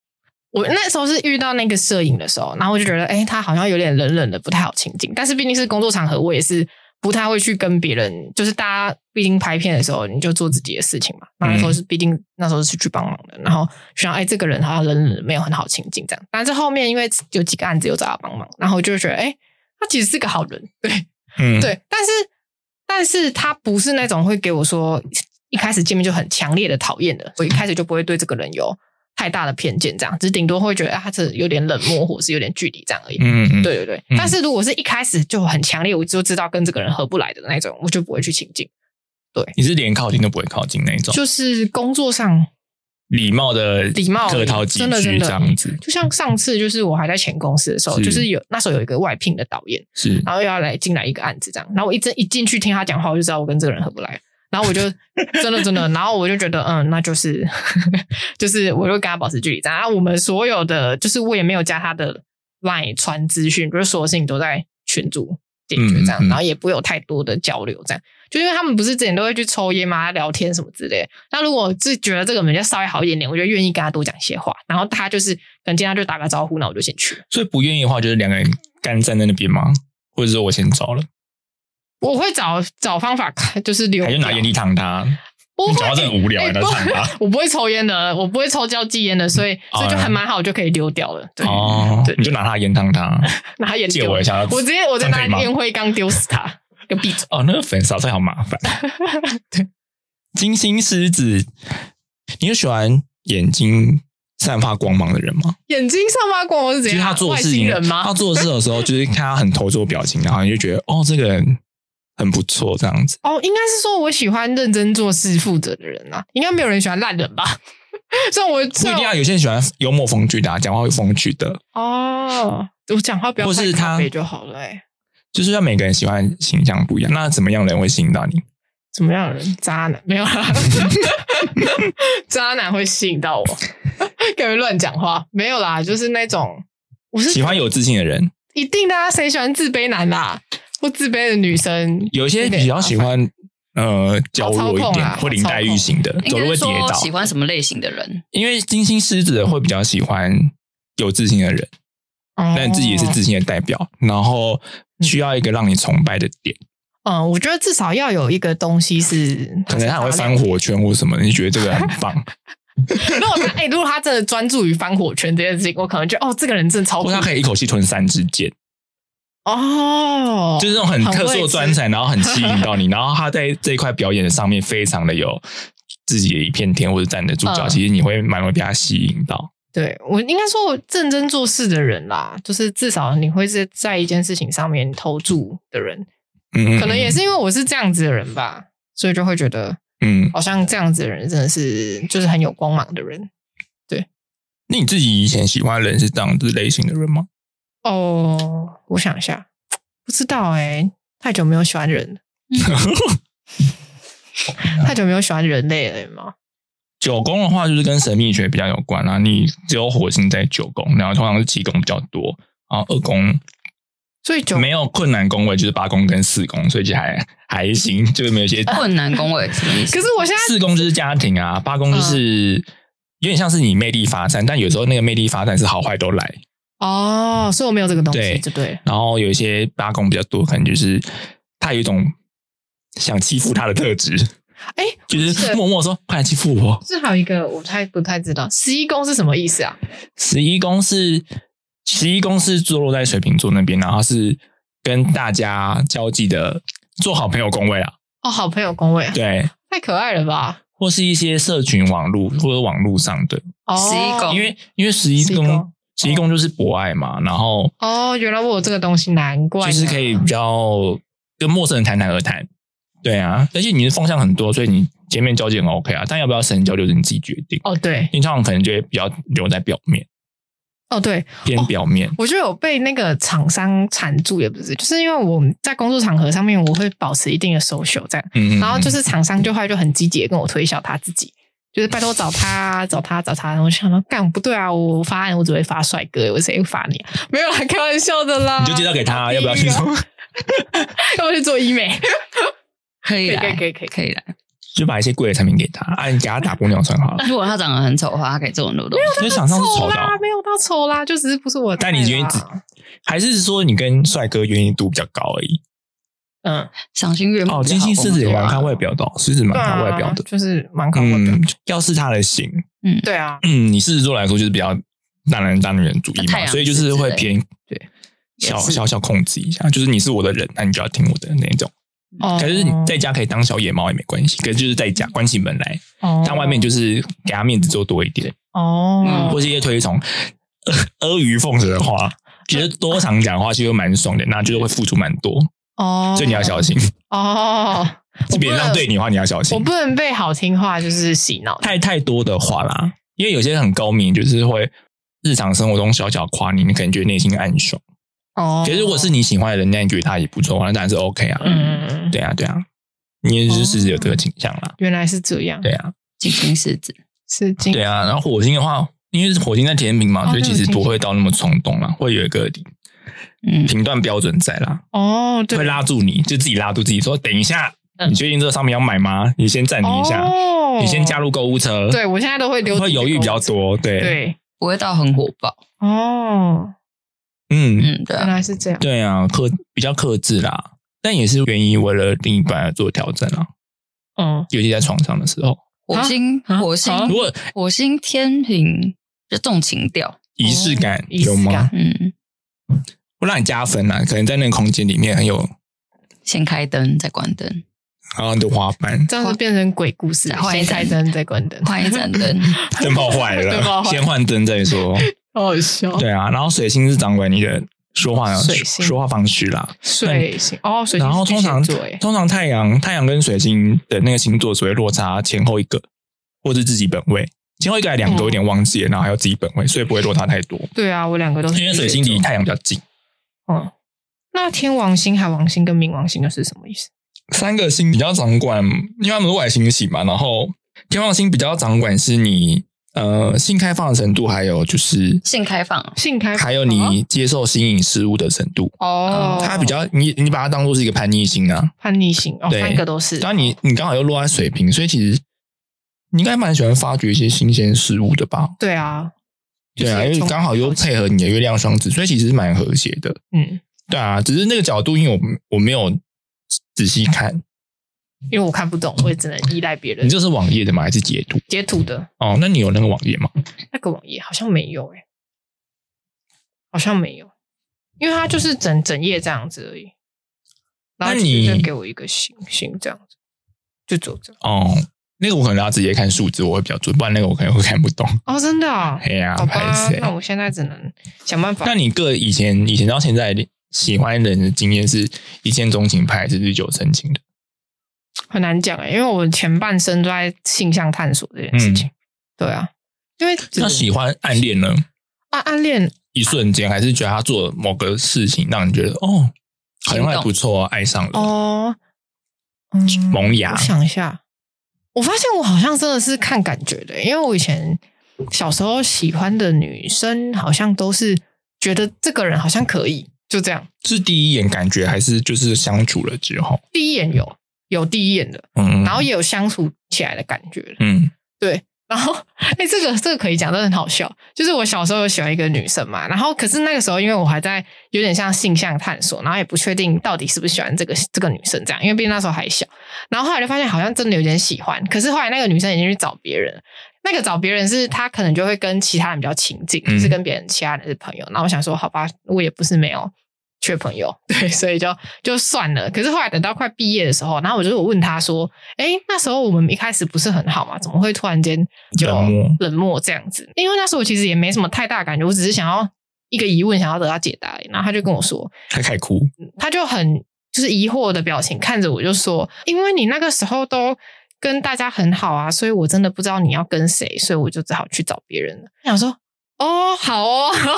Speaker 1: 我那时候是遇到那个摄影的时候，然后我就觉得，哎、他好像有点冷冷的，不太好亲近。但是毕竟是工作场合，我也是不太会去跟别人，就是大家毕竟拍片的时候，你就做自己的事情嘛。那时候是毕竟那时候是去帮忙的，然后就想，哎、这个人好像冷冷的，没有很好亲近这样。但是后面因为有几个案子有找他帮忙，然后我就觉得，哎、他其实是个好人，对，
Speaker 2: 嗯，，
Speaker 1: 对，但是但是他不是那种会给我说一开始见面就很强烈的讨厌的，我一开始就不会对这个人有太大的偏见，这样只顶多会觉得啊，他这有点冷漠，或是有点距离这样而已。
Speaker 2: 嗯嗯，
Speaker 1: 对对对，但是如果是一开始就很强烈，我就知道跟这个人合不来的那种，我就不会去亲近。
Speaker 2: 你是连靠近都不会靠近那一种，
Speaker 1: 就是工作上
Speaker 2: 礼貌的
Speaker 1: 礼貌
Speaker 2: 客套几
Speaker 1: 真的
Speaker 2: 句
Speaker 1: 真的
Speaker 2: 这样子，
Speaker 1: 就像上次，就是我还在前公司的时候，
Speaker 2: 是
Speaker 1: 就是有那时候有一个外聘的导演，
Speaker 2: 是
Speaker 1: 然后又要来进来一个案子这样，然后我一进一进去听他讲话，我就知道我跟这个人合不来，然 后我就真的真的，然后我就觉得嗯，那就是 就是我就跟他保持距离这样，然后我们所有的就是我也没有加他的 line 传资讯，就是所有事情都在群组解决这样，
Speaker 2: 嗯嗯嗯
Speaker 1: 然后也不会有太多的交流这样。就因为他们不是之前都会去抽烟嘛、聊天什么之类的。那如果是觉得这个人比较稍微好一点点，我就愿意跟他多讲一些话。然后他就是可能今天他就打个招呼，那我就先去。
Speaker 2: 所以不愿意的话，就是两个人干站在那边吗？或者说我先走了，
Speaker 1: 我会找找方法，就是留
Speaker 2: 还是拿
Speaker 1: 掉
Speaker 2: 烟蒂烫他？
Speaker 1: 不
Speaker 2: 你讲到这
Speaker 1: 会，
Speaker 2: 很无聊，
Speaker 1: 哎
Speaker 2: 你在
Speaker 1: 不
Speaker 2: 烫他。
Speaker 1: 我不会抽烟的，我不会抽交际烟的，所以所以就还蛮好，就可以丢掉了。对，
Speaker 2: 哦，
Speaker 1: 对
Speaker 2: 你就拿他的烟烫他，
Speaker 1: 拿烟
Speaker 2: 借
Speaker 1: 丢
Speaker 2: 我一
Speaker 1: 了，
Speaker 2: 下。
Speaker 1: 我直接我直接
Speaker 2: 这
Speaker 1: 拿
Speaker 2: 样可以吗
Speaker 1: 烟灰缸丢死他，给我闭嘴。
Speaker 2: 哦，那个粉扫出来好麻 烦。
Speaker 1: 对，
Speaker 2: 金星狮子，你有喜欢眼睛散发光芒的人吗？
Speaker 1: 眼睛上发光，我是
Speaker 2: 就
Speaker 1: 怎
Speaker 2: 是
Speaker 1: 样？
Speaker 2: 他做
Speaker 1: 啊外
Speaker 2: 事
Speaker 1: 星
Speaker 2: 情，
Speaker 1: 人吗
Speaker 2: 他？做事的时候，就是看他很投入表情，然后你就觉得哦，这个人很不错，这样子。
Speaker 1: 哦，应该是说我喜欢认真做事、负责的人啊，应该没有人喜欢烂人吧？ 虽然我
Speaker 2: 不
Speaker 1: 虽
Speaker 2: 一
Speaker 1: 然
Speaker 2: 定要啊有些人喜欢幽默风趣的、啊，讲话会风趣的，
Speaker 1: 我哦，我讲话不要
Speaker 2: 或是
Speaker 1: 太靠
Speaker 2: 他
Speaker 1: 北就好了、欸。
Speaker 2: 就是要每个人喜欢的形象不一样。那怎么样的人会吸引到你？
Speaker 1: 怎么样的人？渣男没有啦， 渣男会吸引到我， 感觉乱讲话没有啦，就是那种我是
Speaker 2: 喜欢有自信的人，
Speaker 1: 一定的、啊，谁喜欢自卑男啦？或自卑的女生，
Speaker 2: 有些比较喜欢呃娇弱一
Speaker 1: 好操控
Speaker 2: 点、
Speaker 1: 啊
Speaker 2: 或林黛玉型的，
Speaker 3: 应
Speaker 2: 走
Speaker 3: 该
Speaker 2: 路会
Speaker 3: 是
Speaker 2: 跌
Speaker 3: 说
Speaker 2: 倒
Speaker 3: 喜。欢什么类型的人？
Speaker 2: 因为金星狮子会比较喜欢有自信的人，
Speaker 1: 哦
Speaker 2: 但自己也是自信的代表，然后需要一个让你崇拜的点。
Speaker 1: 嗯，我觉得至少要有一个东西是，
Speaker 2: 可能他很会翻火圈或什么的，你觉得这个很棒，
Speaker 1: 如 果他哎、如果他真的专注于翻火圈这件事情，我可能 觉得哦，这个人真的超
Speaker 2: 或
Speaker 1: 酷
Speaker 2: 者他可以一口气吞三支箭，
Speaker 1: 哦，
Speaker 2: 就是那种很特殊的专
Speaker 1: 很会吃。
Speaker 2: 长，然后很吸引 到你，然后他在这一块表演的上面非常的有自己的一片天或者站得住脚，
Speaker 1: 嗯
Speaker 2: 其实你会蛮会被他吸引到。
Speaker 1: 对我应该说，我认真做事的人啦，就是至少你会是在一件事情上面投注的人，
Speaker 2: 嗯，
Speaker 1: 可能也是因为我是这样子的人吧，所以就会觉得
Speaker 2: 嗯。
Speaker 1: 好像这样子的人真的是就是很有光芒的人
Speaker 2: 那你自己以前喜欢的人是这样子类型的人吗？
Speaker 1: 哦。我想一下，不知道哎、太久没有喜欢人 了，太久没有喜欢人类了嘛。
Speaker 2: 九宫的话，就是跟神秘学比较有关啦、你只有火星在九宫，然后通常是七宫比较多，然后二宫
Speaker 1: 所以九
Speaker 2: 没有困难宫位，就是八宫跟四宫，所以就还还行，就是没有一些。
Speaker 3: 困难宫位什么意思？
Speaker 1: 可是我现在
Speaker 2: 四宫就是家庭啊，八宫就是、有点像是你魅力发散，但有时候那个魅力发散是好坏都来。
Speaker 1: 哦，所以我没有这个东
Speaker 2: 对
Speaker 1: 西，就对了。
Speaker 2: 然后有一些八宫比较多，可能就是他有一种想欺负他的特质，
Speaker 1: 哎、
Speaker 2: 就是默默说快来欺负我。
Speaker 1: 这还有一个我太不太知道，十一宫是什么意思啊？
Speaker 2: 十一宫是十一宫是坐落在水瓶座那边，然后是跟大家交际的做好朋友宫位啊，
Speaker 1: 哦，好朋友宫位，
Speaker 2: 对，
Speaker 1: 太可爱了吧？
Speaker 2: 或是一些社群网络或者网络上的，
Speaker 1: 哦，
Speaker 3: 11宫
Speaker 2: 因为因为十一
Speaker 1: 十一
Speaker 2: 宫
Speaker 1: 宫
Speaker 2: 十一宫就是博爱嘛，然后
Speaker 1: 哦，原来我有这个东西，难怪
Speaker 2: 就是
Speaker 1: 呢
Speaker 2: 可以比较跟陌生人谈谈而谈。对啊，而且你的方向很多，所以你前面交际很 OK 啊，但要不要深交流是你自己决定。
Speaker 1: 哦，对
Speaker 2: 平常可能就会比较留在表面，
Speaker 1: 哦，对，
Speaker 2: 偏表面。
Speaker 1: 我就有被那个厂商缠住，也不是，就是因为我们在工作场合上面，我会保持一定的 social 这样，
Speaker 2: 嗯，
Speaker 1: 然后就是厂商就会就很积极的跟我推销他自己，就是拜托找他找他找他，然后我想说干不对啊，我发案我只会发帅哥，我谁会发你、啊？没有啦，开玩笑的啦，
Speaker 2: 你就介绍给
Speaker 1: 啊
Speaker 2: 他，要不 要去做？
Speaker 1: 要不要去做医美？
Speaker 3: 可以啦，
Speaker 1: 可以可以可以
Speaker 3: 可以啦。
Speaker 2: 就把一些贵的产品给他，啊，你给他打玻尿酸好 了。
Speaker 3: 如果他长得很丑的话，他可以做很多东西。
Speaker 2: 所以厂商是
Speaker 1: 丑
Speaker 2: 丑的哦，
Speaker 1: 啦，没有到丑啦，就只是不是我的菜
Speaker 2: 但
Speaker 1: 啦。
Speaker 2: 你愿意只还是说你跟帅哥愿意度比较高而已？
Speaker 1: 嗯，
Speaker 3: 赏心悦目
Speaker 2: 哦，
Speaker 3: 比较
Speaker 2: 金
Speaker 3: 好
Speaker 2: 星狮子也蛮
Speaker 3: 工作
Speaker 2: 看
Speaker 3: 啊
Speaker 2: 外表的哦，狮子蛮
Speaker 1: 对
Speaker 2: 看
Speaker 1: 啊，
Speaker 2: 外表的。
Speaker 1: 就是蛮看外表
Speaker 2: 嗯
Speaker 1: 的。，
Speaker 2: 要是他的型，
Speaker 1: 对啊，
Speaker 2: 嗯，你狮子座来说就是比较大男人大女人主义
Speaker 3: 太
Speaker 2: 嘛，
Speaker 3: 阳
Speaker 2: 所以就是会偏
Speaker 1: 对
Speaker 2: 小
Speaker 3: 也是
Speaker 2: 小小控制一下，就是你是我的人，那你就要听我的那种。
Speaker 1: 哦，
Speaker 2: 可是你在家可以当小野猫也没关系，可是就是在家关起门来，嗯
Speaker 1: 哦
Speaker 2: 但外面就是给他面子做多一点。
Speaker 1: 哦
Speaker 2: 或是一些推崇阿谀奉承的话，其实多常讲话其实蛮爽的，那就是会付出蛮多，
Speaker 1: 哦，
Speaker 2: 所以你要小心。
Speaker 1: 哦，
Speaker 2: 是别人这样对
Speaker 1: 你，
Speaker 2: 你的话，你要小心
Speaker 1: 我。不能被好听话就是洗脑。
Speaker 2: 太太多的话啦，因为有些人很高明，就是会日常生活中小小夸你，你可能觉得内心暗爽。
Speaker 1: 哦
Speaker 2: 可是如果是你喜欢的人，那你觉得他也不错，那当然是 OK 啊。
Speaker 1: 嗯，
Speaker 2: 对啊，对啊，你也是事实有这个倾向啦。
Speaker 1: 原来是这样，
Speaker 2: 对啊，
Speaker 3: 金星狮子，
Speaker 1: 是金
Speaker 2: 对啊。然后火星的话，因为是火星在天平嘛，
Speaker 1: 哦
Speaker 2: 所以其实不会到那么冲动啦，会有一个
Speaker 3: 嗯，
Speaker 2: 评断标准在啦，
Speaker 1: 哦，对，
Speaker 2: 会拉住你，就自己拉住自己说，等一下，
Speaker 3: 嗯
Speaker 2: 你确定这个商品要买吗？你先暂停一下，
Speaker 1: 哦
Speaker 2: 你先加。入购物车。
Speaker 1: 对我现在都会留，
Speaker 2: 会犹豫比较。多，对，
Speaker 1: 对，
Speaker 3: 不会到很火爆，
Speaker 1: 哦，
Speaker 2: 嗯，
Speaker 3: 嗯，对
Speaker 1: 原
Speaker 3: 啊，
Speaker 1: 来是这样。
Speaker 2: 对啊，克比较克制啦，但也是愿意为了另一半而做调整啊，
Speaker 1: 嗯，
Speaker 2: 尤其在床上的时候。
Speaker 3: 火星，
Speaker 1: 啊
Speaker 3: 火星，
Speaker 1: 啊
Speaker 2: 如果
Speaker 3: 火星天平就重情调，
Speaker 2: 仪式感
Speaker 1: 哦仪式
Speaker 2: 有吗
Speaker 1: 感？
Speaker 3: 嗯，
Speaker 2: 会让你加分啊啦，可能在那个空间里面很有
Speaker 3: 先开灯再关灯，
Speaker 2: 很有很多花瓣
Speaker 1: ，这样是变成鬼故事，
Speaker 3: 换一
Speaker 1: 先开灯再关 灯，
Speaker 3: 换一盏 灯，
Speaker 2: 灯泡坏
Speaker 1: 灯泡
Speaker 2: 了，
Speaker 1: 坏
Speaker 2: 先换灯再说。
Speaker 1: 好好笑。
Speaker 2: 对啊，然后水星是掌管你的说话
Speaker 1: 水星
Speaker 2: 说话方式啦，
Speaker 1: 水星哦，水星
Speaker 2: 然后
Speaker 1: 是
Speaker 2: 通
Speaker 1: 巨蟹
Speaker 2: 常
Speaker 1: 座哎，
Speaker 2: 通常太阳太阳跟水星的那个星座只会落差前后一个，或是自己本位。前后一个还两个，
Speaker 1: 嗯
Speaker 2: 有点忘记了，然后还有自己本位，所以不会落差太多。
Speaker 1: 对啊，我两个都是
Speaker 2: 因为水星
Speaker 1: 巨蟹
Speaker 2: 离
Speaker 1: 座
Speaker 2: 太阳比较近，
Speaker 1: 嗯，那天王星、海王星跟冥王星又是什么意思？
Speaker 2: 三个星比较掌管，因为他们是外星系嘛，然后天王星比较掌管是你呃性开放的程度，还有就是
Speaker 3: 性开放，
Speaker 1: 性开
Speaker 2: 还有你接受新颖事物的程度。
Speaker 1: 哦，
Speaker 2: 它比较你你把它当做是一个叛逆星啊，
Speaker 1: 叛逆型哦，
Speaker 2: 对
Speaker 1: 三个都是。
Speaker 2: 当然你你刚好又落在水平，所以其实你应该蛮喜欢发掘一些新鲜事物的吧？
Speaker 1: 对啊，
Speaker 2: 对啊，
Speaker 1: 就是
Speaker 2: 因为刚好又配合你的月亮双子，所以其实蛮和谐的。
Speaker 1: 嗯，
Speaker 2: 对啊，只是那个角度，因为我我没有仔细看，
Speaker 1: 因为我看不懂，我也只能依赖别
Speaker 2: 你
Speaker 1: 人
Speaker 2: 这是网页的吗？还是截图？
Speaker 1: 截图的
Speaker 2: 哦，那你有那个网页吗？
Speaker 1: 那个网页好像没有哎、好像没有，因为它就是整整页这样子而已。然后
Speaker 2: 那
Speaker 1: 就
Speaker 2: 你
Speaker 1: 是再给我一个星星这样子，就走这样。
Speaker 2: 哦，那个我可能要直接看数字，我会比较准，不然那个我可能会看不懂。
Speaker 1: 哦，真的啊、
Speaker 2: 哎呀、
Speaker 1: 好
Speaker 2: 拍
Speaker 1: 吧
Speaker 2: 谁，？
Speaker 1: 那我现在只能想办法。
Speaker 2: 那你个以前以前到现在喜欢的人的经验是一见钟情派还是日久生情的？
Speaker 1: 很难讲哎、因为我前半生都在性向探索这件事情。对啊，因为只
Speaker 2: 嗯那喜欢暗恋呢？
Speaker 1: 啊暗恋
Speaker 2: 一瞬间，还是觉得他做某个事情让你觉得哦，好像还不错、啊，爱上了。
Speaker 1: 哦，嗯，
Speaker 2: 萌芽
Speaker 1: 我想一下，我发现我好像真的是看感觉的欸、因为我以前小时候喜欢的女生，好像都是觉得这个人好像可以，就这样，
Speaker 2: 是第一眼感觉，还是就是相处了之后？
Speaker 1: 第一眼有有第一眼的，
Speaker 2: 嗯，
Speaker 1: 然后也有相处起来的感觉的
Speaker 2: 嗯
Speaker 1: 对，然后哎、诶这个这个可以讲，真的很好笑。就是我小时候有喜欢一个女生嘛，然后可是那个时候因为我还在有点像性向探索，然后也不确定到底是不是喜欢这个这个女生这样，因为毕竟那时候还小。然后后来就发现好像真的有点喜欢，可是后来那个女生已经去找别人了。那个找别人是她可能就会跟其他人比较亲近，
Speaker 2: 嗯
Speaker 1: 就是跟别人其他人是朋友。然后我想说，好吧，我也不是没有缺朋友， 对，所以就就算了。可是后来等到快毕业的时候，然后我就有问她说：“哎，那时候我们一开始不是很好嘛，怎么会突然间就
Speaker 2: 冷漠
Speaker 1: 冷漠这样子？”因为那时候我其实也没什么太大感觉，我只是想要一个疑问，想要得到解答而已。然后她就跟我说：“
Speaker 2: 他开始哭，
Speaker 1: 他就很就是疑惑的表情看着我，就说：“因为你那个时候都跟大家很好啊，所以我真的不知道你要跟谁，所以我就只好去找别人了。”想说：“哦，好哦，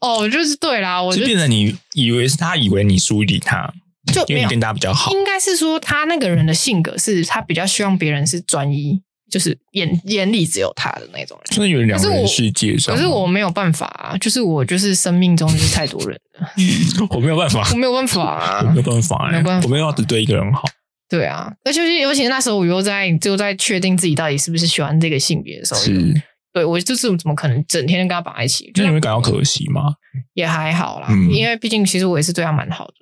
Speaker 1: 哦，就是对啦，我
Speaker 2: 就
Speaker 1: 就
Speaker 2: 变成你以为是他以为你疏离他，
Speaker 1: 就没
Speaker 2: 因为
Speaker 1: 有
Speaker 2: 你跟他比较好。
Speaker 1: 应该是说他那个人的性格是他比较希望别人是专一，就是眼眼里只有他的那种人。
Speaker 2: 真的有两
Speaker 1: 可
Speaker 2: 个
Speaker 1: 是我
Speaker 2: 人世界上
Speaker 1: 可
Speaker 2: 吗，
Speaker 1: 是我没有办法啊，就是我就是生命中就是太多人了，
Speaker 2: 我没有办法
Speaker 1: 我，没有办法
Speaker 2: 我
Speaker 1: 啊
Speaker 2: 没。有办法、
Speaker 1: 没
Speaker 2: 欸，
Speaker 1: 有办法
Speaker 2: 我没有要只对一个人好。
Speaker 1: 对啊，而且是尤其是那时候我又在就在确定自己到底是不是喜欢这个性别的时候，对我就是怎么可能整天跟他绑在一起？
Speaker 2: 那
Speaker 1: 就
Speaker 2: 你会感到可惜吗？
Speaker 1: 也还好啦，
Speaker 2: 嗯
Speaker 1: 因为毕竟其实我也是对他蛮好的。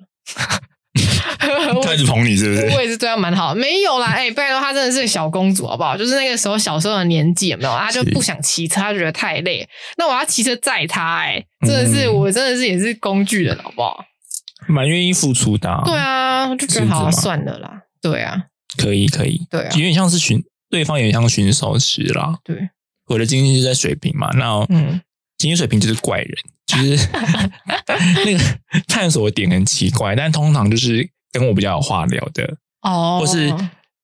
Speaker 1: 我
Speaker 2: 他一直捧你是不是？
Speaker 1: 我也是对她蛮好，没 有啦，哎、拜托，她真的是个小公主，好不好？就是那个时候小时候的年纪，有没有？她就是不想骑车，她觉得太累。那我要骑车载她、哎，真的是、
Speaker 2: 嗯
Speaker 1: 我真的是也是工具人，好不好？
Speaker 2: 蛮愿意付出的、啊。
Speaker 1: 对，啊，我就觉得
Speaker 2: 狮子
Speaker 1: 好、
Speaker 2: 嘛
Speaker 1: 啊、算了啦，对啊，
Speaker 2: 可以可以，
Speaker 1: 对啊
Speaker 2: 有点像是寻对方，有点像寻手时啦。
Speaker 1: 对，
Speaker 2: 我的金星是在水瓶嘛，那
Speaker 1: 嗯，
Speaker 2: 金星水瓶就是怪人，就是 那个探索点很奇怪，但通常就是跟我比较有话聊的，
Speaker 1: 哦，
Speaker 2: 或是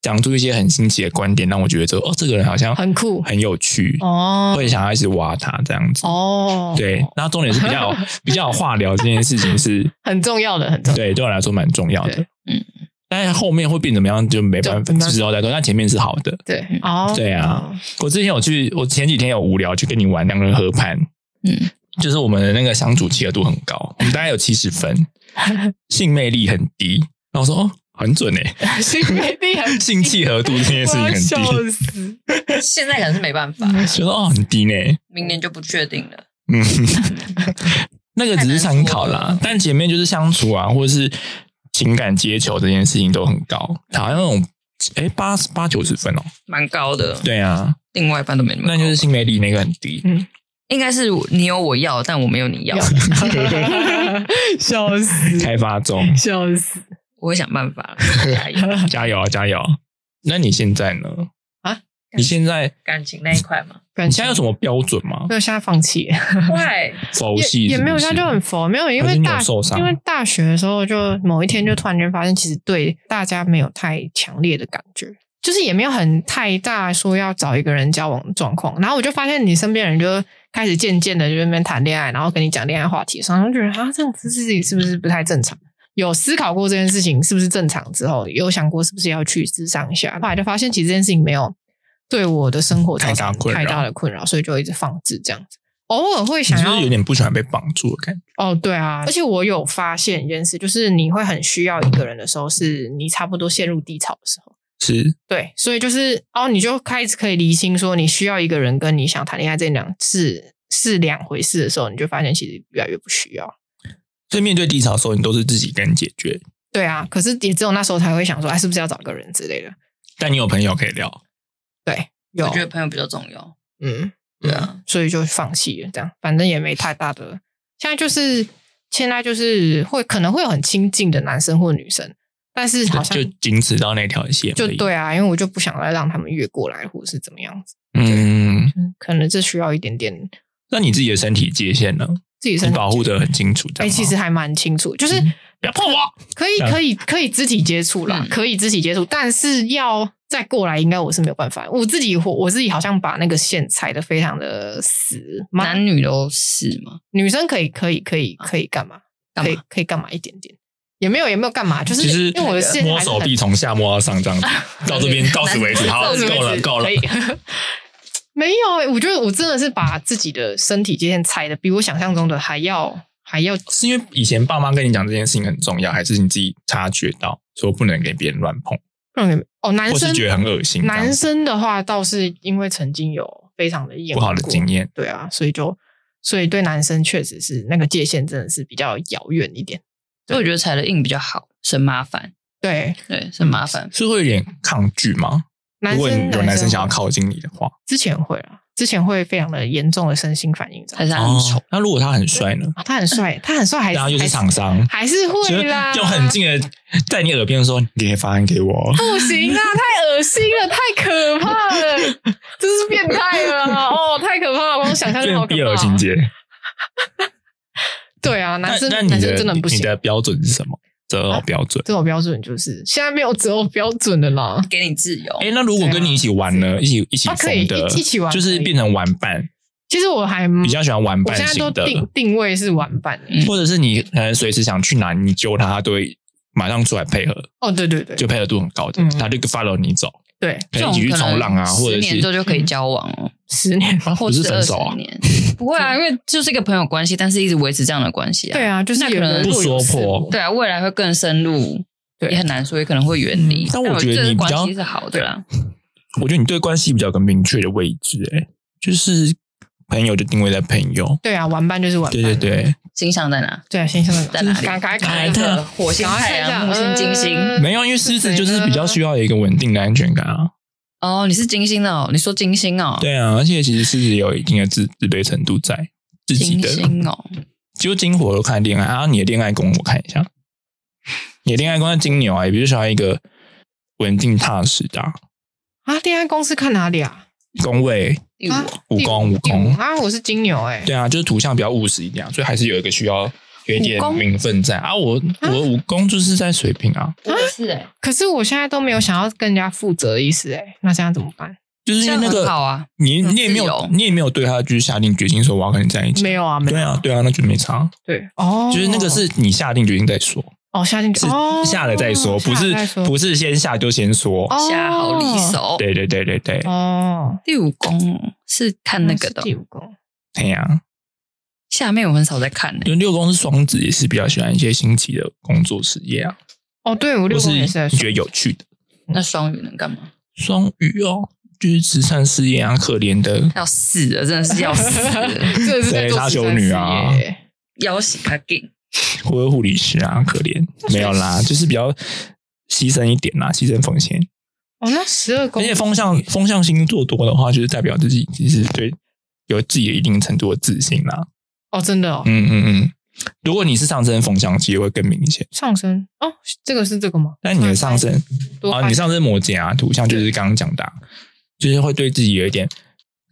Speaker 2: 讲出一些很新奇的观点，让我觉得说哦，这个人好像
Speaker 1: 很酷
Speaker 2: 很有趣，
Speaker 1: 哦
Speaker 2: 会想要一直挖他这样子。
Speaker 1: 哦，
Speaker 2: 对，然后重点是比 较有比较有话聊这件事情是，
Speaker 1: 很重要的，很重要的。
Speaker 2: 对对我来说蛮重要的
Speaker 1: 对。
Speaker 3: 嗯，
Speaker 2: 但是后面会变怎么样就没办法
Speaker 1: 就，
Speaker 2: 之后再说。但前面是好的。
Speaker 1: 对，哦，
Speaker 2: 对啊，我之前有去，我前几天有无聊去跟你玩两个人合盘，
Speaker 3: 嗯，
Speaker 2: 就是我们的那个相处契合度很高，我们大概有七 十分，性魅力很低。然后我说哦，很准诶、
Speaker 1: 哦，性魅力很，
Speaker 2: 性契合度这件事情
Speaker 1: 我要
Speaker 2: 很
Speaker 1: 笑
Speaker 2: 低，
Speaker 1: 死，
Speaker 3: 现在可能是没办法，
Speaker 1: 嗯
Speaker 2: 就说哦很低呢、
Speaker 3: 明年就不确定了。
Speaker 2: 嗯， 那个只是参考
Speaker 3: 太难
Speaker 2: 啦
Speaker 3: 说了，
Speaker 2: 但前面就是相处啊，或者是情感接球这件事情都很高，好像那种哎八八九十分哦。
Speaker 3: 蛮高的，
Speaker 2: 对啊，
Speaker 3: 另外一半都没那么高
Speaker 2: 那就是性魅力那个很低。
Speaker 3: 应该是你有我要，但我没有你要，
Speaker 1: 笑 死，
Speaker 2: 开发 中，
Speaker 1: 笑死
Speaker 3: 我会想办 法加油。
Speaker 2: 加油啊，加油！那你现在呢？
Speaker 1: 啊，
Speaker 2: 你现在
Speaker 3: 感情那一块 嘛，
Speaker 1: 感
Speaker 2: 你现在
Speaker 1: 情
Speaker 2: 有什么标准吗
Speaker 1: 没？有，现在放弃，
Speaker 3: 快
Speaker 2: 佛系
Speaker 1: 也也没有，
Speaker 2: 是
Speaker 1: 现
Speaker 2: 不
Speaker 1: 在
Speaker 2: 是
Speaker 1: 就很佛，没有，因
Speaker 2: 还
Speaker 1: 为
Speaker 2: 是你有
Speaker 1: 大
Speaker 2: 受伤
Speaker 1: 因为大学的时候，就某一天就突然间发现，其实对大家没有太强烈的感觉，就是也没有很太大说要找一个人交往的状况。然后我就发现你身边的人就开始渐渐的就在那边谈恋爱，然后跟你讲恋爱话题的时候，然后就觉得啊，这样子自己是不是不太正常？有思考过这件事情是不是正常之后，有想过是不是要去智商一下，后来就发现其实这件事情没有对我的生活造
Speaker 2: 太大
Speaker 1: 成
Speaker 2: 困扰
Speaker 1: 太大的困扰，所以就一直放置这样子。偶尔会
Speaker 2: 你
Speaker 1: 想
Speaker 2: 是不
Speaker 1: 要
Speaker 2: 是有点不喜欢被绑住的感觉？
Speaker 1: 哦，对啊，而且我有发现一件事，就是你会很需要一个人的时候，是你差不多陷入低潮的时候。
Speaker 2: 是
Speaker 1: 对，所以就是哦，你就开始可以厘清说，你需要一个人跟你想谈恋爱这两是是两回事的时候，你就发现其实越来越不需要。
Speaker 2: 所以面对低潮的时候，你都是自己跟解决，
Speaker 1: 对啊，可是也只有那时候才会想说，哎，是不是要找个人之类的？
Speaker 2: 但你有朋友可以聊。
Speaker 1: 对，有
Speaker 3: 我觉，得朋友比较重要。
Speaker 1: 嗯，
Speaker 3: 对啊，
Speaker 1: 所以就放弃了，这样反正也没太大的。现在就是现在就是会可能会有很亲近的男生或女生，但是好像
Speaker 2: 就就仅此到那条线，
Speaker 1: 就，对啊，因为我就不想再让他们越过来，或者是怎么样子。
Speaker 2: 嗯，
Speaker 1: 嗯，可能这需要一点点
Speaker 2: 那你自己的身体界限呢？
Speaker 1: 自己身
Speaker 2: 你
Speaker 1: 体
Speaker 2: 保护的很清楚，这
Speaker 1: 哎、
Speaker 2: 样吗
Speaker 1: 其实还蛮清楚，就是
Speaker 2: 不要碰我，
Speaker 1: 可以、可以可以肢体接触啦，
Speaker 3: 嗯
Speaker 1: 可以肢体接触，但是要再过来，应该我是没有办法。我自己我我自己好像把那个线踩的非常的死，蛮
Speaker 3: 男女都是嘛，
Speaker 1: 女生可以可以可以可以干嘛？
Speaker 3: 干
Speaker 1: 可
Speaker 3: 嘛
Speaker 1: 以可以干嘛一点点？也没有也没有干嘛，就是
Speaker 2: 其实
Speaker 1: 因为我的线
Speaker 2: 摸
Speaker 1: 还是
Speaker 2: 手
Speaker 1: 很
Speaker 2: 臂从下摸到上 这样子，到这边到此为止，好，
Speaker 1: 到此为止
Speaker 2: 够了，够了
Speaker 1: 可。以 没有、欸，我觉得我真的是把自己的身体界限踩的比我想象中的还要还要
Speaker 2: 是因为以前爸妈跟你讲这件事情很重要，还是你自己察觉到说不能给别人乱碰，
Speaker 1: 让人哦，男
Speaker 2: 或是
Speaker 1: 生
Speaker 2: 觉得很恶心这样
Speaker 1: 男
Speaker 2: 子
Speaker 1: 生的话倒是因为曾经有非常的厌
Speaker 2: 不好的
Speaker 1: 恶过
Speaker 2: 经验？
Speaker 1: 对啊，所以就所以对男生确实是那个界限真的是比较遥远一点。
Speaker 3: 所以我觉得踩的硬比较好，省麻烦。
Speaker 1: 对，
Speaker 3: 对，省麻烦。
Speaker 2: 是会有点抗拒吗？
Speaker 1: 男
Speaker 2: 如果
Speaker 1: 生
Speaker 2: 有男生想要
Speaker 1: 会
Speaker 2: 靠近你的话，
Speaker 1: 之前会啊，之前会非常的严重的身心反应这
Speaker 3: 还
Speaker 1: 样。
Speaker 3: 是他很丑
Speaker 2: 哦，那如果他很帅呢？
Speaker 1: 啊，他很帅，他很帅，还
Speaker 2: 啊然后又
Speaker 1: 还
Speaker 2: 是厂商，
Speaker 1: 还是会啦，
Speaker 2: 就就很近的在你耳边说：“你可以发案 给我。
Speaker 1: 不行啊，太恶心了，太可怕了，这是变态了哦，太可怕了，光想”象
Speaker 2: 这
Speaker 1: 就好
Speaker 2: 是
Speaker 1: 可
Speaker 2: 必有
Speaker 1: 怕
Speaker 2: 情
Speaker 1: 哦。
Speaker 2: 节。
Speaker 1: 对啊，男生
Speaker 2: 那那
Speaker 1: 男
Speaker 2: 你
Speaker 1: 生
Speaker 2: 的
Speaker 1: 真的不
Speaker 2: 你
Speaker 1: 行。
Speaker 2: 的标准是什么？择偶标准？
Speaker 1: 这种标准就是现在没有择偶标准的啦，
Speaker 3: 给你自由。
Speaker 2: 哎，那如果跟你一起玩呢？一起一起
Speaker 1: 哦啊可以
Speaker 2: 疯的
Speaker 1: 一一起玩
Speaker 2: 就是
Speaker 1: 可以
Speaker 2: 变成玩伴，
Speaker 1: 其实我还嗯
Speaker 2: 比较喜欢玩
Speaker 1: 我
Speaker 2: 伴
Speaker 1: 现在
Speaker 2: 型
Speaker 1: 都
Speaker 2: 的。
Speaker 1: 定定位是玩伴的。
Speaker 3: 嗯
Speaker 2: 或者是你可能随时想去哪，你揪他，他都会马上出来配合，
Speaker 1: 哦，对对对，
Speaker 2: 就配合度很高的，
Speaker 1: 嗯
Speaker 2: 他就 follow 你走，
Speaker 1: 对
Speaker 2: 可能一起去冲浪啊，或者
Speaker 3: 十年之后
Speaker 2: 是
Speaker 3: 就可以交往 哦，
Speaker 1: 十年，
Speaker 2: 啊，
Speaker 3: 或
Speaker 2: 不
Speaker 3: 者
Speaker 2: 是
Speaker 3: 是二
Speaker 2: 分
Speaker 3: 十
Speaker 2: 手啊，
Speaker 3: 年。不会 啊，因为就是一个朋友关系，但是一直维持这样的关系啊。
Speaker 1: 对，啊，就是
Speaker 3: 那
Speaker 1: 有
Speaker 3: 可
Speaker 1: 人
Speaker 3: 能
Speaker 2: 不
Speaker 1: 若有
Speaker 2: 说
Speaker 1: 似
Speaker 2: 破
Speaker 1: 无
Speaker 3: 对啊，未来会更深入，
Speaker 1: 对
Speaker 3: 也很难说，也可能会远离
Speaker 1: 嗯。
Speaker 2: 但我觉得
Speaker 3: 这
Speaker 2: 你比较
Speaker 3: 关系是好的啦。
Speaker 2: 我觉得你对关系比较有个明确的位置、欸，就是朋友就定位在朋友，
Speaker 1: 对啊，玩伴就是玩伴，
Speaker 2: 对对对，
Speaker 3: 形象在哪？
Speaker 1: 对啊，先生
Speaker 3: 在哪里
Speaker 1: 赶快啊
Speaker 2: 哎
Speaker 1: 看
Speaker 2: 太阳
Speaker 3: 火星、太阳、木
Speaker 1: 呃
Speaker 3: 星、金星。
Speaker 2: 没有，因为狮子就是比较需要有一个稳定的安全感啊，
Speaker 3: 哦，你是金星的哦，你说金星哦，
Speaker 2: 对啊，而且其实狮子也有一定的自自卑程度在自己
Speaker 3: 金
Speaker 2: 的，
Speaker 3: 星 哦，
Speaker 2: 就金火都看恋爱啊，你的恋爱宫我看一下，你的恋爱宫在金牛啊，也比较需要一个稳定踏实的啊、
Speaker 1: 啊，恋爱公司看哪里啊？
Speaker 2: 宫位
Speaker 3: 第五
Speaker 1: 啊
Speaker 2: 武功
Speaker 1: 第
Speaker 2: 武功
Speaker 1: 第啊，我是金牛哎、
Speaker 2: 对啊，就是图像比较务实一点啊，所以还是有一个需要有一点
Speaker 3: 武功
Speaker 2: 名分在啊。我我武功就是在水平啊，
Speaker 3: 我也是哎，
Speaker 1: 可是我现在都没有想要跟人家负责的意思哎、那现在怎么办？
Speaker 2: 就是
Speaker 3: 这
Speaker 2: 因为
Speaker 3: 样
Speaker 2: 那
Speaker 3: 很
Speaker 2: 个
Speaker 3: 好啊，
Speaker 2: 你
Speaker 3: 很
Speaker 2: 你也没
Speaker 3: 自
Speaker 2: 有
Speaker 3: 由
Speaker 2: 你也没有对他就是下定决心说我要跟你在一起，
Speaker 1: 没有啊，没有
Speaker 2: 对啊对啊，那就没差，
Speaker 1: 对哦，
Speaker 2: 啊就是那个是你下定决心再说，
Speaker 1: 哦下定
Speaker 2: 是
Speaker 1: 哦
Speaker 2: 下了再说，不
Speaker 1: 下了
Speaker 2: 是
Speaker 1: 再说
Speaker 2: 不是先下就先说，
Speaker 1: 哦
Speaker 3: 下好离手。
Speaker 2: 对对对对对，
Speaker 1: 哦，
Speaker 3: 第五宫是看那个的
Speaker 1: 是，第五宫
Speaker 2: 哎呀，
Speaker 3: 下面我很少在看欸呢
Speaker 2: 因。为六宫是双子，也是比较喜欢一些新奇的工作事业啊，
Speaker 1: 哦，对我
Speaker 2: 或
Speaker 1: 六
Speaker 2: 是
Speaker 1: 宫也
Speaker 2: 你
Speaker 1: 是在
Speaker 2: 觉得有趣的
Speaker 3: 那双鱼能干嘛？
Speaker 2: 双鱼哦，就是慈善事业啊，可怜的
Speaker 3: 要死了，真的是要死了，
Speaker 1: 这个是在
Speaker 2: 对
Speaker 1: 做
Speaker 2: 杀
Speaker 1: 慈
Speaker 2: 修
Speaker 1: 善
Speaker 2: 女
Speaker 1: 事
Speaker 2: 啊
Speaker 1: 业欸
Speaker 3: 要死他 给。
Speaker 2: 或者护理师啊，可怜没有啦，就是比较牺牲一点啦，牺牲奉献。
Speaker 1: 哦，那十二宫
Speaker 2: 而且风象风象星座多的话，就是代表自己其实对有自己的一定程度的自信啦。
Speaker 1: 哦，真的哦，
Speaker 2: 嗯嗯嗯，如果你是上升风象，其实会更明显。
Speaker 1: 上升哦，这个是这个吗？
Speaker 2: 但你的上升
Speaker 1: 多
Speaker 2: 啊，
Speaker 1: 半
Speaker 2: 你上升摩羯啊，图像就是刚刚讲的啊、就是会对自己有一点，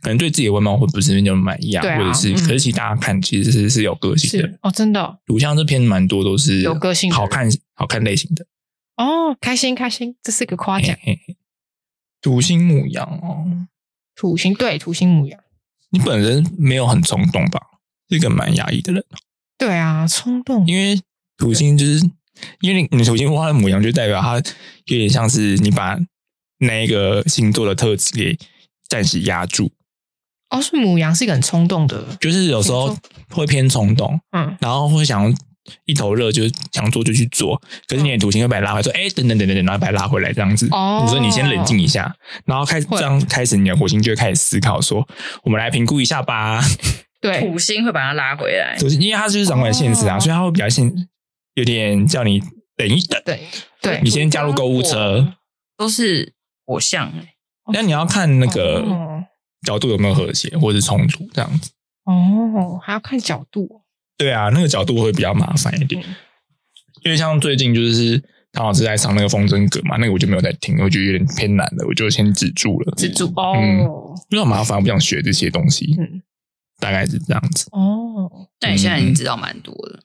Speaker 2: 可能对自己的外貌会不是那么满意啊，
Speaker 1: 对啊
Speaker 2: 或者是，
Speaker 1: 嗯
Speaker 2: 可是其实大家看其实是是有个性的
Speaker 1: 是。哦，真的哦
Speaker 2: 图像这篇蛮多都是
Speaker 1: 有个性的人
Speaker 2: 好看、好看类型的。
Speaker 1: 哦，开心开心，这是个夸奖。
Speaker 2: 嘿嘿嘿土星牧羊哦，
Speaker 1: 土星对土星母羊，
Speaker 2: 你本人没有很冲动吧？是个蛮压抑的人，
Speaker 1: 对啊，冲动
Speaker 2: 因为土星就是因为你你土星花的母羊，就代表它有点像是你把那一个星座的特质给暂时压住，
Speaker 1: 哦，是母羊是一个很冲动的，
Speaker 2: 就是有时候
Speaker 1: 星
Speaker 2: 会偏冲动，
Speaker 1: 嗯，
Speaker 2: 然后会想要一头热，就是想做就去做，可是你的土星会把你拉回来，说：“哎、等等等等等，然后把你拉回来这样子。
Speaker 1: 嗯哦
Speaker 2: 你说你先冷静一下，然后开始
Speaker 1: 会
Speaker 2: 这样开始，你的火星就会开始思考说：“我们来评估一 下吧。
Speaker 1: 对，
Speaker 3: 土星会把它拉回来”，
Speaker 2: 土星因为它就是掌管现实啊，
Speaker 1: 哦
Speaker 2: 所以它会比较现，有点叫你等一等，
Speaker 1: 对对
Speaker 2: 你，先加入购物车。
Speaker 3: 都是火象欸。
Speaker 2: 那你要看那个
Speaker 1: 哦
Speaker 2: 角度有没有和谐或者是冲突这样子。
Speaker 1: 哦，还要看角度
Speaker 2: 对啊，那个角度会比较麻烦一点
Speaker 1: 嗯，
Speaker 2: 因为像最近就是唐老师在上那个风筝歌嘛，那个我就没有在听，我觉得有点偏难了，我就先止住了，嗯
Speaker 1: 蜘蛛哦
Speaker 2: 因为很麻烦，我不想学这些东西，
Speaker 1: 嗯
Speaker 2: 大概是这样子。
Speaker 1: 哦，
Speaker 3: 但你现在已经知道蛮多了，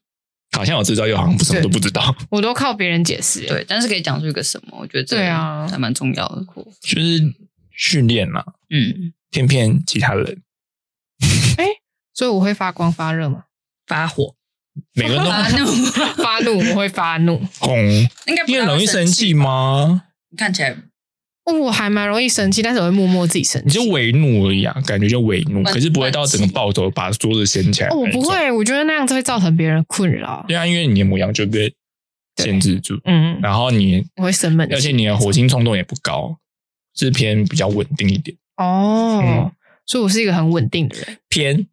Speaker 2: 好像我知道，又好像不什么
Speaker 1: 对
Speaker 2: 都不知道，
Speaker 1: 我都靠别人解释，，
Speaker 3: 对，但是可以讲出一个什么，我觉得这
Speaker 1: 对啊
Speaker 3: 还蛮重要的。
Speaker 2: 就是训练嘛，
Speaker 3: 嗯，
Speaker 2: 骗骗其他人，
Speaker 1: 所以我会发光发热嘛，
Speaker 3: 发火，
Speaker 2: 每个人都
Speaker 3: 发 怒，
Speaker 1: 发怒我会发怒，
Speaker 2: 哄，
Speaker 3: 应该不
Speaker 2: 你
Speaker 3: 太
Speaker 2: 很
Speaker 3: 会
Speaker 2: 容易生
Speaker 3: 生
Speaker 2: 气？吗？
Speaker 3: 看起来
Speaker 1: 哦我还蛮容易生气，但是我会默默自己生
Speaker 2: 你
Speaker 1: 气
Speaker 2: 就。为怒而已啊，感觉就为怒，
Speaker 3: 闷
Speaker 2: 可是不会到整个暴走把桌子掀起来。
Speaker 1: 哦，我不。会，我觉得那样子会造成别人困扰。
Speaker 2: 对啊，啊因为你的母羊就被限制住，
Speaker 1: 嗯，
Speaker 2: 然后你
Speaker 1: 我会生闷气。
Speaker 2: 而且你的火星冲动也不高，是偏比较稳定一点，
Speaker 1: 哦，
Speaker 2: 嗯
Speaker 1: 所以我是一个很稳定的人，
Speaker 2: 偏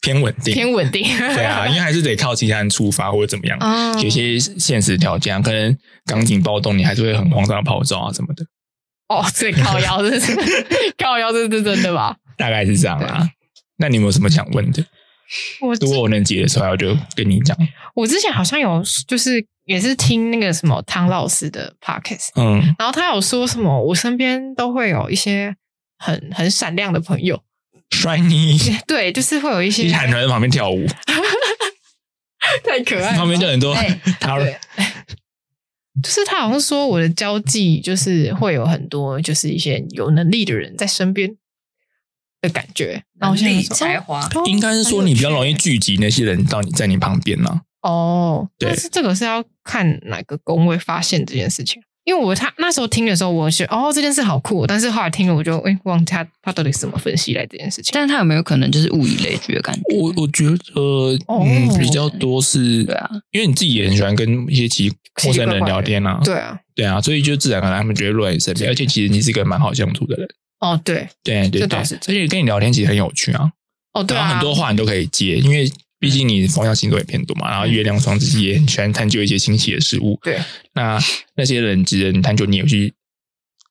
Speaker 2: 偏稳定，
Speaker 1: 偏稳定。
Speaker 2: 对啊，因为还是得靠其他人出发或者怎么样，
Speaker 1: 啊
Speaker 2: 有一些现实条件啊，可能钢筋暴动，你还是会很慌张跑照啊什么的，
Speaker 1: 哦，对，靠腰这 是靠腰，这是真的吧？
Speaker 2: 大概是这样啦。那你有没有什么想问的？
Speaker 1: 我
Speaker 2: 如果我能解的时候，我就跟你讲。
Speaker 1: 我之前好像有就是也是听那个什么汤老师的 podcast，
Speaker 2: 嗯，
Speaker 1: 然后他有说什么，我身边都会有一些很很闪亮的朋友，
Speaker 2: 帅你，
Speaker 1: 对，就是会有一些
Speaker 2: 你喊出来在旁边跳舞，
Speaker 1: 太可爱了，
Speaker 2: 旁边就很多
Speaker 3: 哎
Speaker 2: 他
Speaker 1: 对就是他好像说我的交际就是会有很多就是一些有能力的人在身边的感觉，然后我现在
Speaker 3: 力
Speaker 1: 就说
Speaker 3: 才华，
Speaker 1: 哦
Speaker 2: 应该是说你比较容易
Speaker 1: 很有趣
Speaker 2: 聚集那些人到你在你旁边啊啦。
Speaker 1: 哦。
Speaker 2: 对
Speaker 1: 但是这个是要看哪个工会发现这件事情，因为我他那时候听的时候，我是哦这件事好酷哦，但是后来听了我就哎、忘记他他到底是怎么分析来这件事情。
Speaker 3: 但是他有没有可能就是物以类聚的感觉？
Speaker 2: 我我觉得，
Speaker 1: 哦
Speaker 2: 嗯，比较多是，
Speaker 3: 对啊，
Speaker 2: 因为你自己也很喜欢跟一些奇陌生人聊天啊，
Speaker 1: 对啊，
Speaker 2: 对啊，所以就自然而然他们觉得落在你身边，而且其实你是一个蛮好相处的人，
Speaker 1: 哦对，
Speaker 2: 对对
Speaker 1: 这
Speaker 2: 对，
Speaker 1: 倒
Speaker 2: 而
Speaker 1: 是
Speaker 2: 且跟你聊天其实很有趣啊，
Speaker 1: 哦对
Speaker 2: 然
Speaker 1: 啊，
Speaker 2: 后很多话你都可以接，因为毕竟你风象星座也偏多嘛，然后月亮双子星也很喜欢探究一些新奇的事物，
Speaker 1: 嗯对
Speaker 2: 那那些人其实你探究，你也去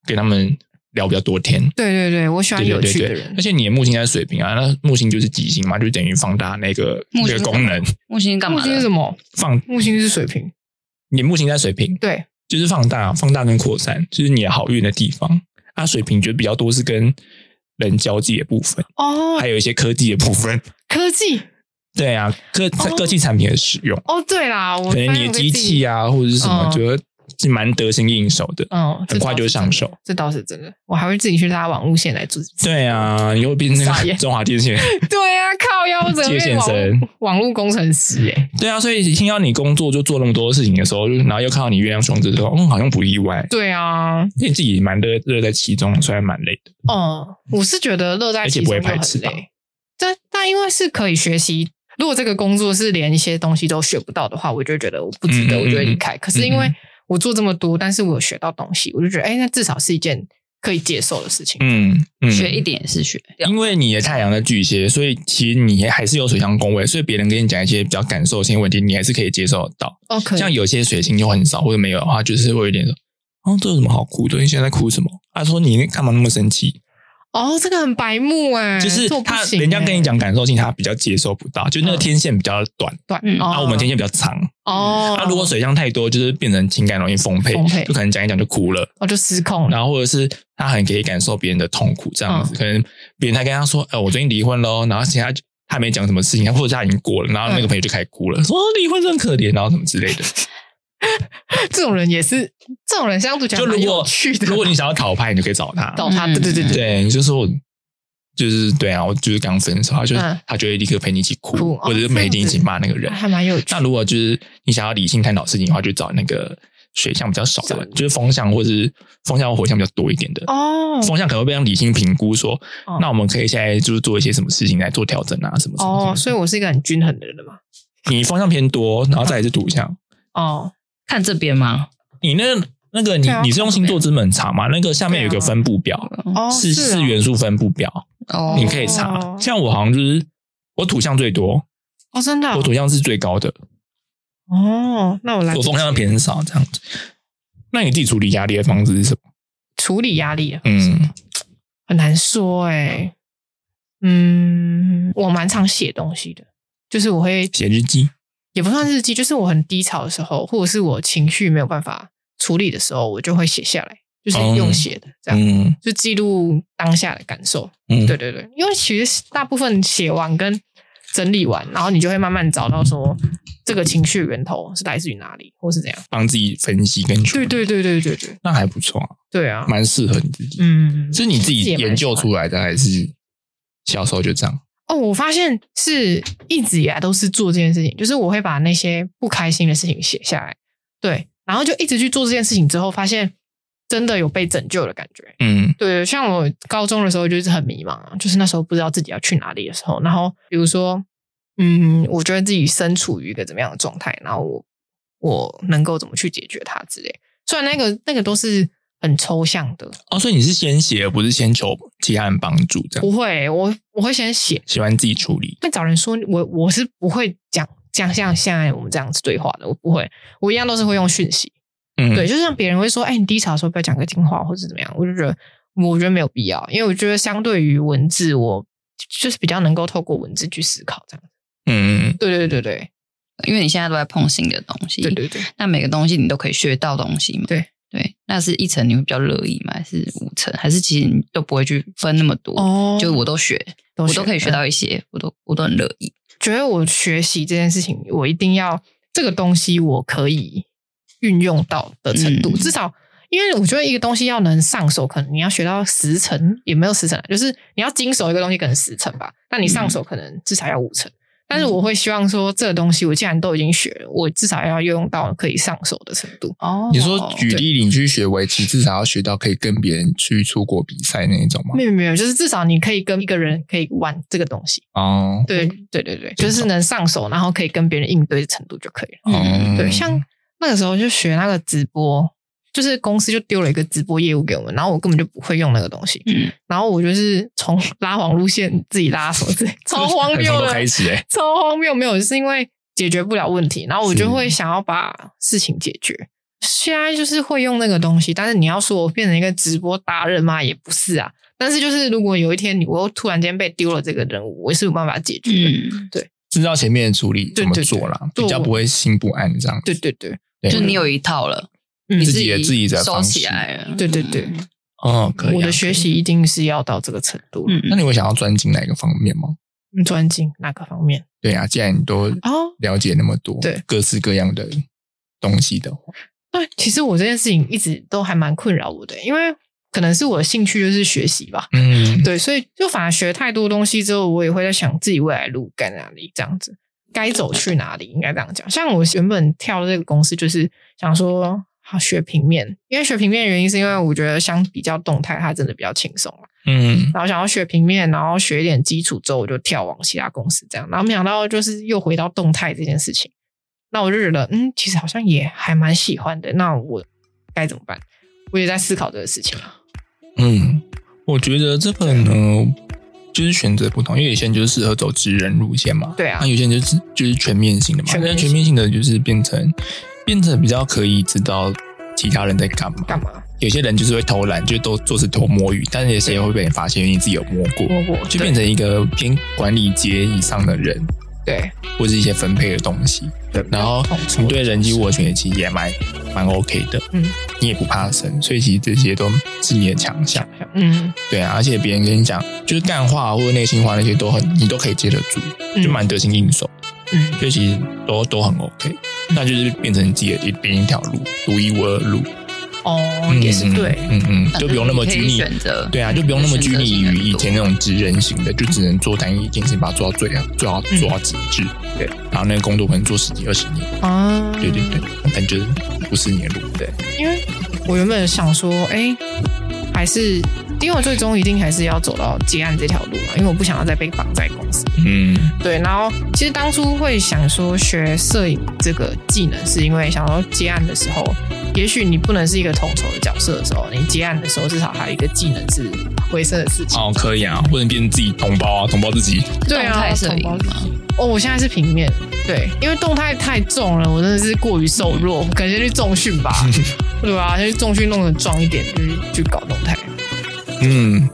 Speaker 2: 跟他们聊比较多天。
Speaker 1: 对对对，我喜欢
Speaker 2: 对
Speaker 1: 有
Speaker 2: 对
Speaker 1: 趣
Speaker 2: 对
Speaker 1: 的
Speaker 2: 对
Speaker 1: 人，
Speaker 2: 而且你的木星在水平啊，那木星就是吉星嘛，就等于放大那个
Speaker 3: 木
Speaker 2: 那
Speaker 3: 星
Speaker 2: 个
Speaker 3: 是
Speaker 2: 功能，
Speaker 3: 木星干
Speaker 1: 木
Speaker 3: 嘛
Speaker 1: 星是
Speaker 3: 的
Speaker 1: 什？么？
Speaker 2: 放
Speaker 1: 木星是水瓶，
Speaker 2: 你木星在水平，
Speaker 1: 对
Speaker 2: 就是放大、放大跟扩散，就是你的好运的地方。啊，水平就比较多是跟人交际的部分，
Speaker 1: 哦
Speaker 2: 还，有一些科技的部分。
Speaker 1: 科技
Speaker 2: 对啊，科
Speaker 1: 哦
Speaker 2: 科技产品的使用，
Speaker 1: 哦，对啦，我
Speaker 2: 可能你的机器
Speaker 1: 啊，
Speaker 2: 啊或者是什么
Speaker 1: 嗯，
Speaker 2: 觉得是蛮得心应手的。
Speaker 1: 嗯，
Speaker 2: 很快就会上手
Speaker 1: 这倒是真的，这倒是真的，我还会自己去拉网路线来做。
Speaker 2: 对啊，你会变成
Speaker 1: 傻
Speaker 2: 那个
Speaker 1: 眼
Speaker 2: 中华 电信。
Speaker 1: 对啊，靠腰怎么
Speaker 2: 界
Speaker 1: 变
Speaker 2: 限
Speaker 1: 网
Speaker 2: 深
Speaker 1: 路网路工程师哎、
Speaker 2: 对啊，所以听到你工作就做那么多事情的时候，就然后又看到你月亮双子之后，嗯，好像不意外，
Speaker 1: 对啊，
Speaker 2: 因为自己蛮乐乐在其中，虽然蛮累的。
Speaker 1: 哦、我是觉得乐在
Speaker 2: 而且
Speaker 1: 其
Speaker 2: 不
Speaker 1: 中
Speaker 2: 会
Speaker 1: 就很
Speaker 2: 排斥吧
Speaker 1: 累，但但因为是可以学习。如果这个工作是连一些东西都学不到的话，我就觉得我不值得，
Speaker 2: 嗯嗯
Speaker 1: 我就会离
Speaker 2: 嗯
Speaker 1: 开。可是因为我做这么多，但是我有学到东西，我就觉得，哎、那至少是一件可以接受的事情。
Speaker 2: 嗯嗯，
Speaker 3: 学一点也是学，
Speaker 2: 因为你的太阳在巨蟹，所以其实你还是有水象宫位，所以别人跟你讲一些比较感受性的问题，你还是可以接受得到。
Speaker 1: 哦，可以
Speaker 2: 像有些水星就很少或者没有的话，就是会有一点说，哦，这有什么好哭的？你现在在哭什么？他、说你干嘛那么生气？
Speaker 1: 哦，这个很白目哎、
Speaker 2: 就是
Speaker 1: 这我不
Speaker 2: 他
Speaker 1: 行
Speaker 2: 人家
Speaker 1: 欸
Speaker 2: 跟你讲感受性，他比较接受不到，就那个
Speaker 1: 嗯
Speaker 2: 天线比较短，
Speaker 1: 短，
Speaker 3: 嗯
Speaker 1: 哦
Speaker 2: 啊，我们天线比较长。
Speaker 1: 哦，
Speaker 2: 那、如果水象太多，就是变成情感容易丰沛，
Speaker 1: 丰沛
Speaker 2: 就可能讲一讲就哭了，
Speaker 1: 哦就失控了，
Speaker 2: 然后或者是他很可以感受别人的痛苦，这样子，
Speaker 1: 嗯
Speaker 2: 可能别人他跟他说，哎、我最近离婚喽，然后其他就他没讲什么事情，或者是他已经过了，然后那个
Speaker 1: 嗯
Speaker 2: 朋友就开始哭了，说哦离婚真的可怜，然后什么之类 的。
Speaker 1: 这种人也是，这种人相处起来
Speaker 2: 就如
Speaker 1: 蛮有
Speaker 2: 果
Speaker 1: 趣的，
Speaker 2: 如果你想要讨拍，你就可以找他，
Speaker 1: 懂他，
Speaker 3: 嗯
Speaker 1: 对对对对，
Speaker 2: 对，你就说我。就是对啊，我就是刚分手，他就、
Speaker 1: 嗯
Speaker 2: 他就会立刻陪你一起哭，
Speaker 1: 哭哦
Speaker 2: 或者是陪你一起骂那个人
Speaker 1: 还。还蛮有趣
Speaker 2: 那。如果就是你想要理性探讨事情的话，就找那个水象比较少
Speaker 1: 少
Speaker 2: 的，就是风象或是风象或火象比较多一点的。
Speaker 1: 哦
Speaker 2: 风象可能会被让理性评估说，
Speaker 1: 哦
Speaker 2: 那我们可以现在就是做一些什么事情来做调整啊，什么什么
Speaker 1: 哦
Speaker 2: 什么，
Speaker 1: 所以我是一个很均衡的人了嘛。
Speaker 2: 你风象偏多，然后再来是土象。
Speaker 1: 哦，
Speaker 3: 看这边吗？
Speaker 2: 你那那个你
Speaker 1: 对啊
Speaker 2: 你是用星座之门查吗？那个下面有一个分布表，
Speaker 1: 哦，
Speaker 2: 是
Speaker 1: 是
Speaker 2: 是
Speaker 1: 哦
Speaker 2: 元素分布表，
Speaker 3: 哦
Speaker 2: 你可以查
Speaker 1: 哦。
Speaker 2: 像我好像就是我土象最多，
Speaker 1: 哦，真的哦
Speaker 2: 我土象是最高的，
Speaker 1: 哦，那我来
Speaker 2: 我风象偏少这样子。那你自己处理压力的方式是什么？
Speaker 1: 处理压力啊，
Speaker 2: 嗯。
Speaker 1: 很难说哎。嗯，我蛮常写东西的，就是我会
Speaker 2: 写日记。
Speaker 1: 也不算日记，就是我很低潮的时候，或者是我情绪没有办法处理的时候，我就会写下来，就是用写的、这样，
Speaker 2: 哦嗯
Speaker 1: 就记录当下的感受。
Speaker 2: 嗯，
Speaker 1: 对对对，因为其实大部分写完跟整理完，然后你就会慢慢找到说这个情绪源头是来自于哪里，或是怎样。
Speaker 2: 帮自己分析跟处
Speaker 1: 对
Speaker 2: 理，
Speaker 1: 对对对对对
Speaker 2: 那还不错啊，
Speaker 1: 对啊，
Speaker 2: 蛮适合你自己。
Speaker 1: 嗯，
Speaker 2: 是你自己研究出来的，还是小时候就这样？
Speaker 1: 哦，我发现是一直以来都是做这件事情，就是我会把那些不开心的事情写下来，对，然后就一直去做这件事情之后，发现真的有被拯救的感觉。
Speaker 2: 嗯
Speaker 1: 对，像我高中的时候就是很迷茫啊，就是那时候不知道自己要去哪里的时候，然后比如说，嗯，我觉得自己身处于一个怎么样的状态，然后我我能够怎么去解决它之类。虽然那个那个都是很抽象的，
Speaker 2: 哦，所以你是先写，而不是先求其他人帮助，这样
Speaker 1: 不会，我我会先写，
Speaker 2: 喜欢自己处理。
Speaker 1: 会找人说我我是不会讲讲像现在我们这样子对话的，我不会，我一样都是会用讯息。
Speaker 2: 嗯，
Speaker 1: 对，，就像别人会说，哎、你低潮的时候不要讲个听话，或者怎么样，我就觉得我觉得没有必要，因为我觉得相对于文字，我就是比较能够透过文字去思考这样。
Speaker 2: 嗯
Speaker 1: 对对对对
Speaker 3: 因为你现在都在碰新的东西，
Speaker 1: 对对对，
Speaker 3: 那每个东西你都可以学到东西嘛？
Speaker 1: 对
Speaker 3: 对，那是一层你会比较乐意吗？还是五层？还是其实你都不会去分那么多？
Speaker 1: 哦
Speaker 3: 就我都学，我都可以学。
Speaker 1: 嗯
Speaker 3: 到一些，我都我都很乐意。
Speaker 1: 觉得我学习这件事情，我一定要这个东西我可以运用到的程度，
Speaker 3: 嗯
Speaker 1: 至少。因为我觉得一个东西要能上手，可能你要学到十成，也没有十成啊，就是你要经手一个东西可能十成吧，那你上手可能至少要五成。但是我会希望说，这个东西我既然都已经学了，我至少要用到可以上手的程度。
Speaker 3: 哦
Speaker 2: 你说举例，你去学围棋，至少要学到可以跟别人去出国比赛那一种吗？
Speaker 1: 没有没有，就是至少你可以跟一个人可以玩这个东西。
Speaker 2: 哦，
Speaker 1: 对对对对，就是能上手，然后可以跟别人应对的程度就可以了。
Speaker 2: 哦，
Speaker 1: 嗯对，像那个时候就学那个直播，就是公司就丢了一个直播业务给我们，然后我根本就不会用那个东西，
Speaker 3: 嗯
Speaker 1: 然后我就是从拉网路线自己拉 手，自己超荒
Speaker 2: 很
Speaker 1: 谬
Speaker 2: 从头
Speaker 1: 的
Speaker 2: 开，始哎，
Speaker 1: 超荒谬，没有，就是因为解决不了问题，然后我
Speaker 2: 是
Speaker 1: 就会想要把事情解决。现在就是会用那个东西，但是你要说我变成一个直播达人嘛，也不是啊。但是就是如果有一天你我又突然间被丢了这个任务，我是有办法解决的。
Speaker 3: 嗯，
Speaker 2: 知道前面的处理
Speaker 1: 对
Speaker 2: 怎么
Speaker 1: 对对
Speaker 2: 做啦，
Speaker 1: 对
Speaker 2: 比较不会心不安这样。
Speaker 1: 对对对
Speaker 2: 对
Speaker 3: 就你有一套了，
Speaker 1: 嗯
Speaker 3: 你
Speaker 2: 自己的自己的
Speaker 3: 收
Speaker 2: 方式
Speaker 3: 起来了。
Speaker 1: 对对对，
Speaker 2: 哦，可以、啊。
Speaker 1: 我的学习一定是要到这个程度，
Speaker 3: 嗯，
Speaker 2: 那你会想要专精哪一个方面吗？
Speaker 1: 嗯，专精哪个方面？
Speaker 2: 对啊，既然你都
Speaker 1: 哦，
Speaker 2: 了解那么多，
Speaker 1: 对
Speaker 2: 各式各样的东西的话，
Speaker 1: 对，其实我这件事情一直都还蛮困扰我的，因为可能是我的兴趣就是学习吧，
Speaker 2: 嗯，
Speaker 1: 对，所以就反而学太多东西之后，我也会在想自己未来路该哪里，这样子该走去哪里，应该这样讲。像我原本跳的这个公司，就是想说好学平面，因为学平面的原因是因为我觉得相比较动态，它真的比较轻松啊
Speaker 2: 嗯，
Speaker 1: 然后想要学平面，然后学一点基础之后，我就跳往其他公司这样。然后没想到就是又回到动态这件事情，那我就觉得嗯，其实好像也还蛮喜欢的。那我该怎么办？我也在思考这个事情啊。
Speaker 2: 嗯，我觉得这个呢，就是选择不同，因为有些人就是适合走职人路线嘛，
Speaker 1: 对啊
Speaker 2: 那有些人就是就是全面性的嘛，
Speaker 1: 全面
Speaker 2: 那
Speaker 1: 性
Speaker 2: 全面性的就是变成变成比较可以知道其他人在干嘛。
Speaker 1: 干嘛？
Speaker 2: 有些人就是会偷懒，就都做事偷摸鱼，但是有些会被人发现，因为你自己有摸过，
Speaker 1: 摸过
Speaker 2: 就
Speaker 1: 对
Speaker 2: 变成一个偏管理阶以上的人，
Speaker 1: 对
Speaker 2: 或是一些分配的东西。
Speaker 1: 对，
Speaker 2: 然后
Speaker 1: 统筹
Speaker 2: 你对人机斡旋其实也蛮蛮 OK 的，
Speaker 1: 嗯
Speaker 2: 你也不怕生，所以其实这些都是你的强项。
Speaker 1: 嗯
Speaker 2: 对啊，而且别人跟你讲就是干话或者内心话那些都很，你都可以接得住，
Speaker 1: 嗯
Speaker 2: 就蛮得心应手，
Speaker 1: 嗯。
Speaker 2: 所以其实都都很 OK。那就是变成你自己的一边一条路，独一无二的路。
Speaker 1: 哦，也是对，
Speaker 2: 嗯嗯，
Speaker 3: 反正
Speaker 2: 就不用那么
Speaker 3: 你可
Speaker 2: 拘
Speaker 3: 以
Speaker 2: 泥。
Speaker 3: 选择
Speaker 2: 对啊，就不用那么拘泥于以前那种职人型的，
Speaker 1: 嗯
Speaker 2: 就只能做单一一件事情，把它做到最好，做到做到极致。
Speaker 1: 对，
Speaker 2: 然后那个工作可能做十几二十年。
Speaker 1: 啊，
Speaker 2: 嗯对对对，反正就是不是你的路。对，
Speaker 1: 因为我原本想说，哎、还是因为我最终一定还是要走到结案这条路嘛，因为我不想要再被绑在公司。
Speaker 2: 嗯
Speaker 1: 对，然后其实当初会想说学摄影这个技能，是因为想要接案的时候，也许你不能是一个统筹的角色的时候，你接案的时候至少还有一个技能是回身的事情。
Speaker 2: 哦，可以啊，不能变成自己同胞啊，同胞自己。
Speaker 1: 对
Speaker 3: 动
Speaker 1: 啊，
Speaker 3: 态摄
Speaker 1: 同
Speaker 3: 影
Speaker 1: 胞
Speaker 3: 嘛，
Speaker 1: 哦，我现在是平面，对，因为动态太重了，我真的是过于瘦弱，我可能先去重训 吧，对吧、先去重训弄得壮一点，就是去搞动态。
Speaker 2: 嗯，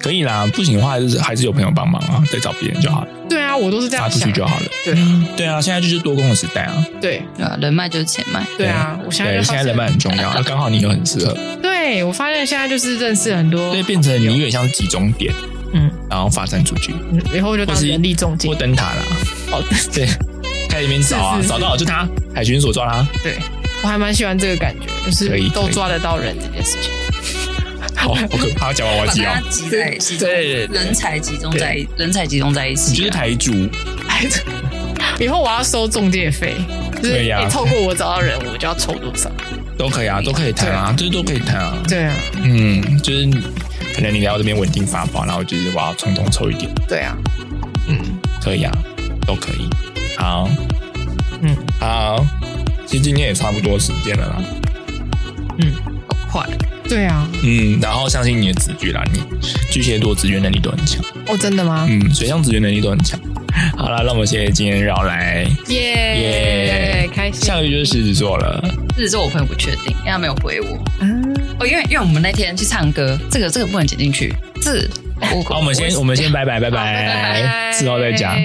Speaker 2: 可以啦，不行的话还是还是有朋友帮忙啊，再找别人就好了，
Speaker 1: 对啊，我都是这
Speaker 2: 发
Speaker 1: 样
Speaker 2: 出
Speaker 1: 想
Speaker 2: 去。就好了。
Speaker 1: 对啊
Speaker 2: 对啊，现在就是多工的时代啊，
Speaker 1: 对
Speaker 3: 对啊，人脉就是钱脉，
Speaker 1: 对啊，我现在
Speaker 2: 对，
Speaker 1: 就发
Speaker 2: 现在
Speaker 1: 现
Speaker 2: 人脉，很重要，啊刚好你又很适合，
Speaker 1: 对我发现现在就是认识很多，
Speaker 2: 所以变成你有点像集中点，
Speaker 1: 嗯，
Speaker 2: 然后发散出去，
Speaker 1: 嗯以后就当
Speaker 2: 或是
Speaker 1: 人力重金
Speaker 2: 或。灯塔啦，
Speaker 1: 哦，
Speaker 2: 对，开始里面找啊，
Speaker 1: 是是是
Speaker 2: 找到就他，海巡所抓他，
Speaker 1: 对，我还蛮喜欢这个感觉，就
Speaker 2: 可
Speaker 1: 是
Speaker 2: 以
Speaker 1: 都
Speaker 2: 可以
Speaker 1: 抓得到人这件事情。
Speaker 2: 好好可怕，讲完我要
Speaker 3: 把
Speaker 2: 急哦
Speaker 3: 它。集在集中，
Speaker 2: 对对对
Speaker 3: 人才集中在人才集中在一
Speaker 2: 你
Speaker 3: 起
Speaker 2: 就是
Speaker 3: 啊，
Speaker 2: 台主，
Speaker 1: 以后我要收中介费，就是
Speaker 2: 对
Speaker 1: 你
Speaker 2: 呀
Speaker 1: 透过我找到人，我就要抽多少。
Speaker 2: 都可以啊，都可以谈啊，这都可以谈啊。
Speaker 1: 对啊，
Speaker 2: 嗯，就是可能你来到这边稳定发包，然后就是我要从中抽一点，
Speaker 1: 对啊，
Speaker 2: 嗯，可以啊，都可以。好，
Speaker 1: 嗯
Speaker 2: 好，其实今天也差不多时间了啦。
Speaker 3: 好快，
Speaker 1: 对啊，
Speaker 2: 嗯，然后相信你的直觉啦，你巨蟹座直觉能力都很强，
Speaker 1: 哦，真的吗？
Speaker 2: 嗯，水象直觉能力都很强。好啦，那我们谢谢今天绕来，
Speaker 1: 耶
Speaker 2: 耶
Speaker 1: 开心。
Speaker 2: 下个月就是狮子座了。
Speaker 3: 是这我朋友不确定，因为他没有回我。
Speaker 1: 嗯
Speaker 3: 哦，因为因为我们那天去唱歌，这个这个不能剪进去，这我
Speaker 2: 好，我们先我们先拜拜拜
Speaker 1: 好拜
Speaker 2: 拜，
Speaker 1: 拜
Speaker 2: 哎之后再讲。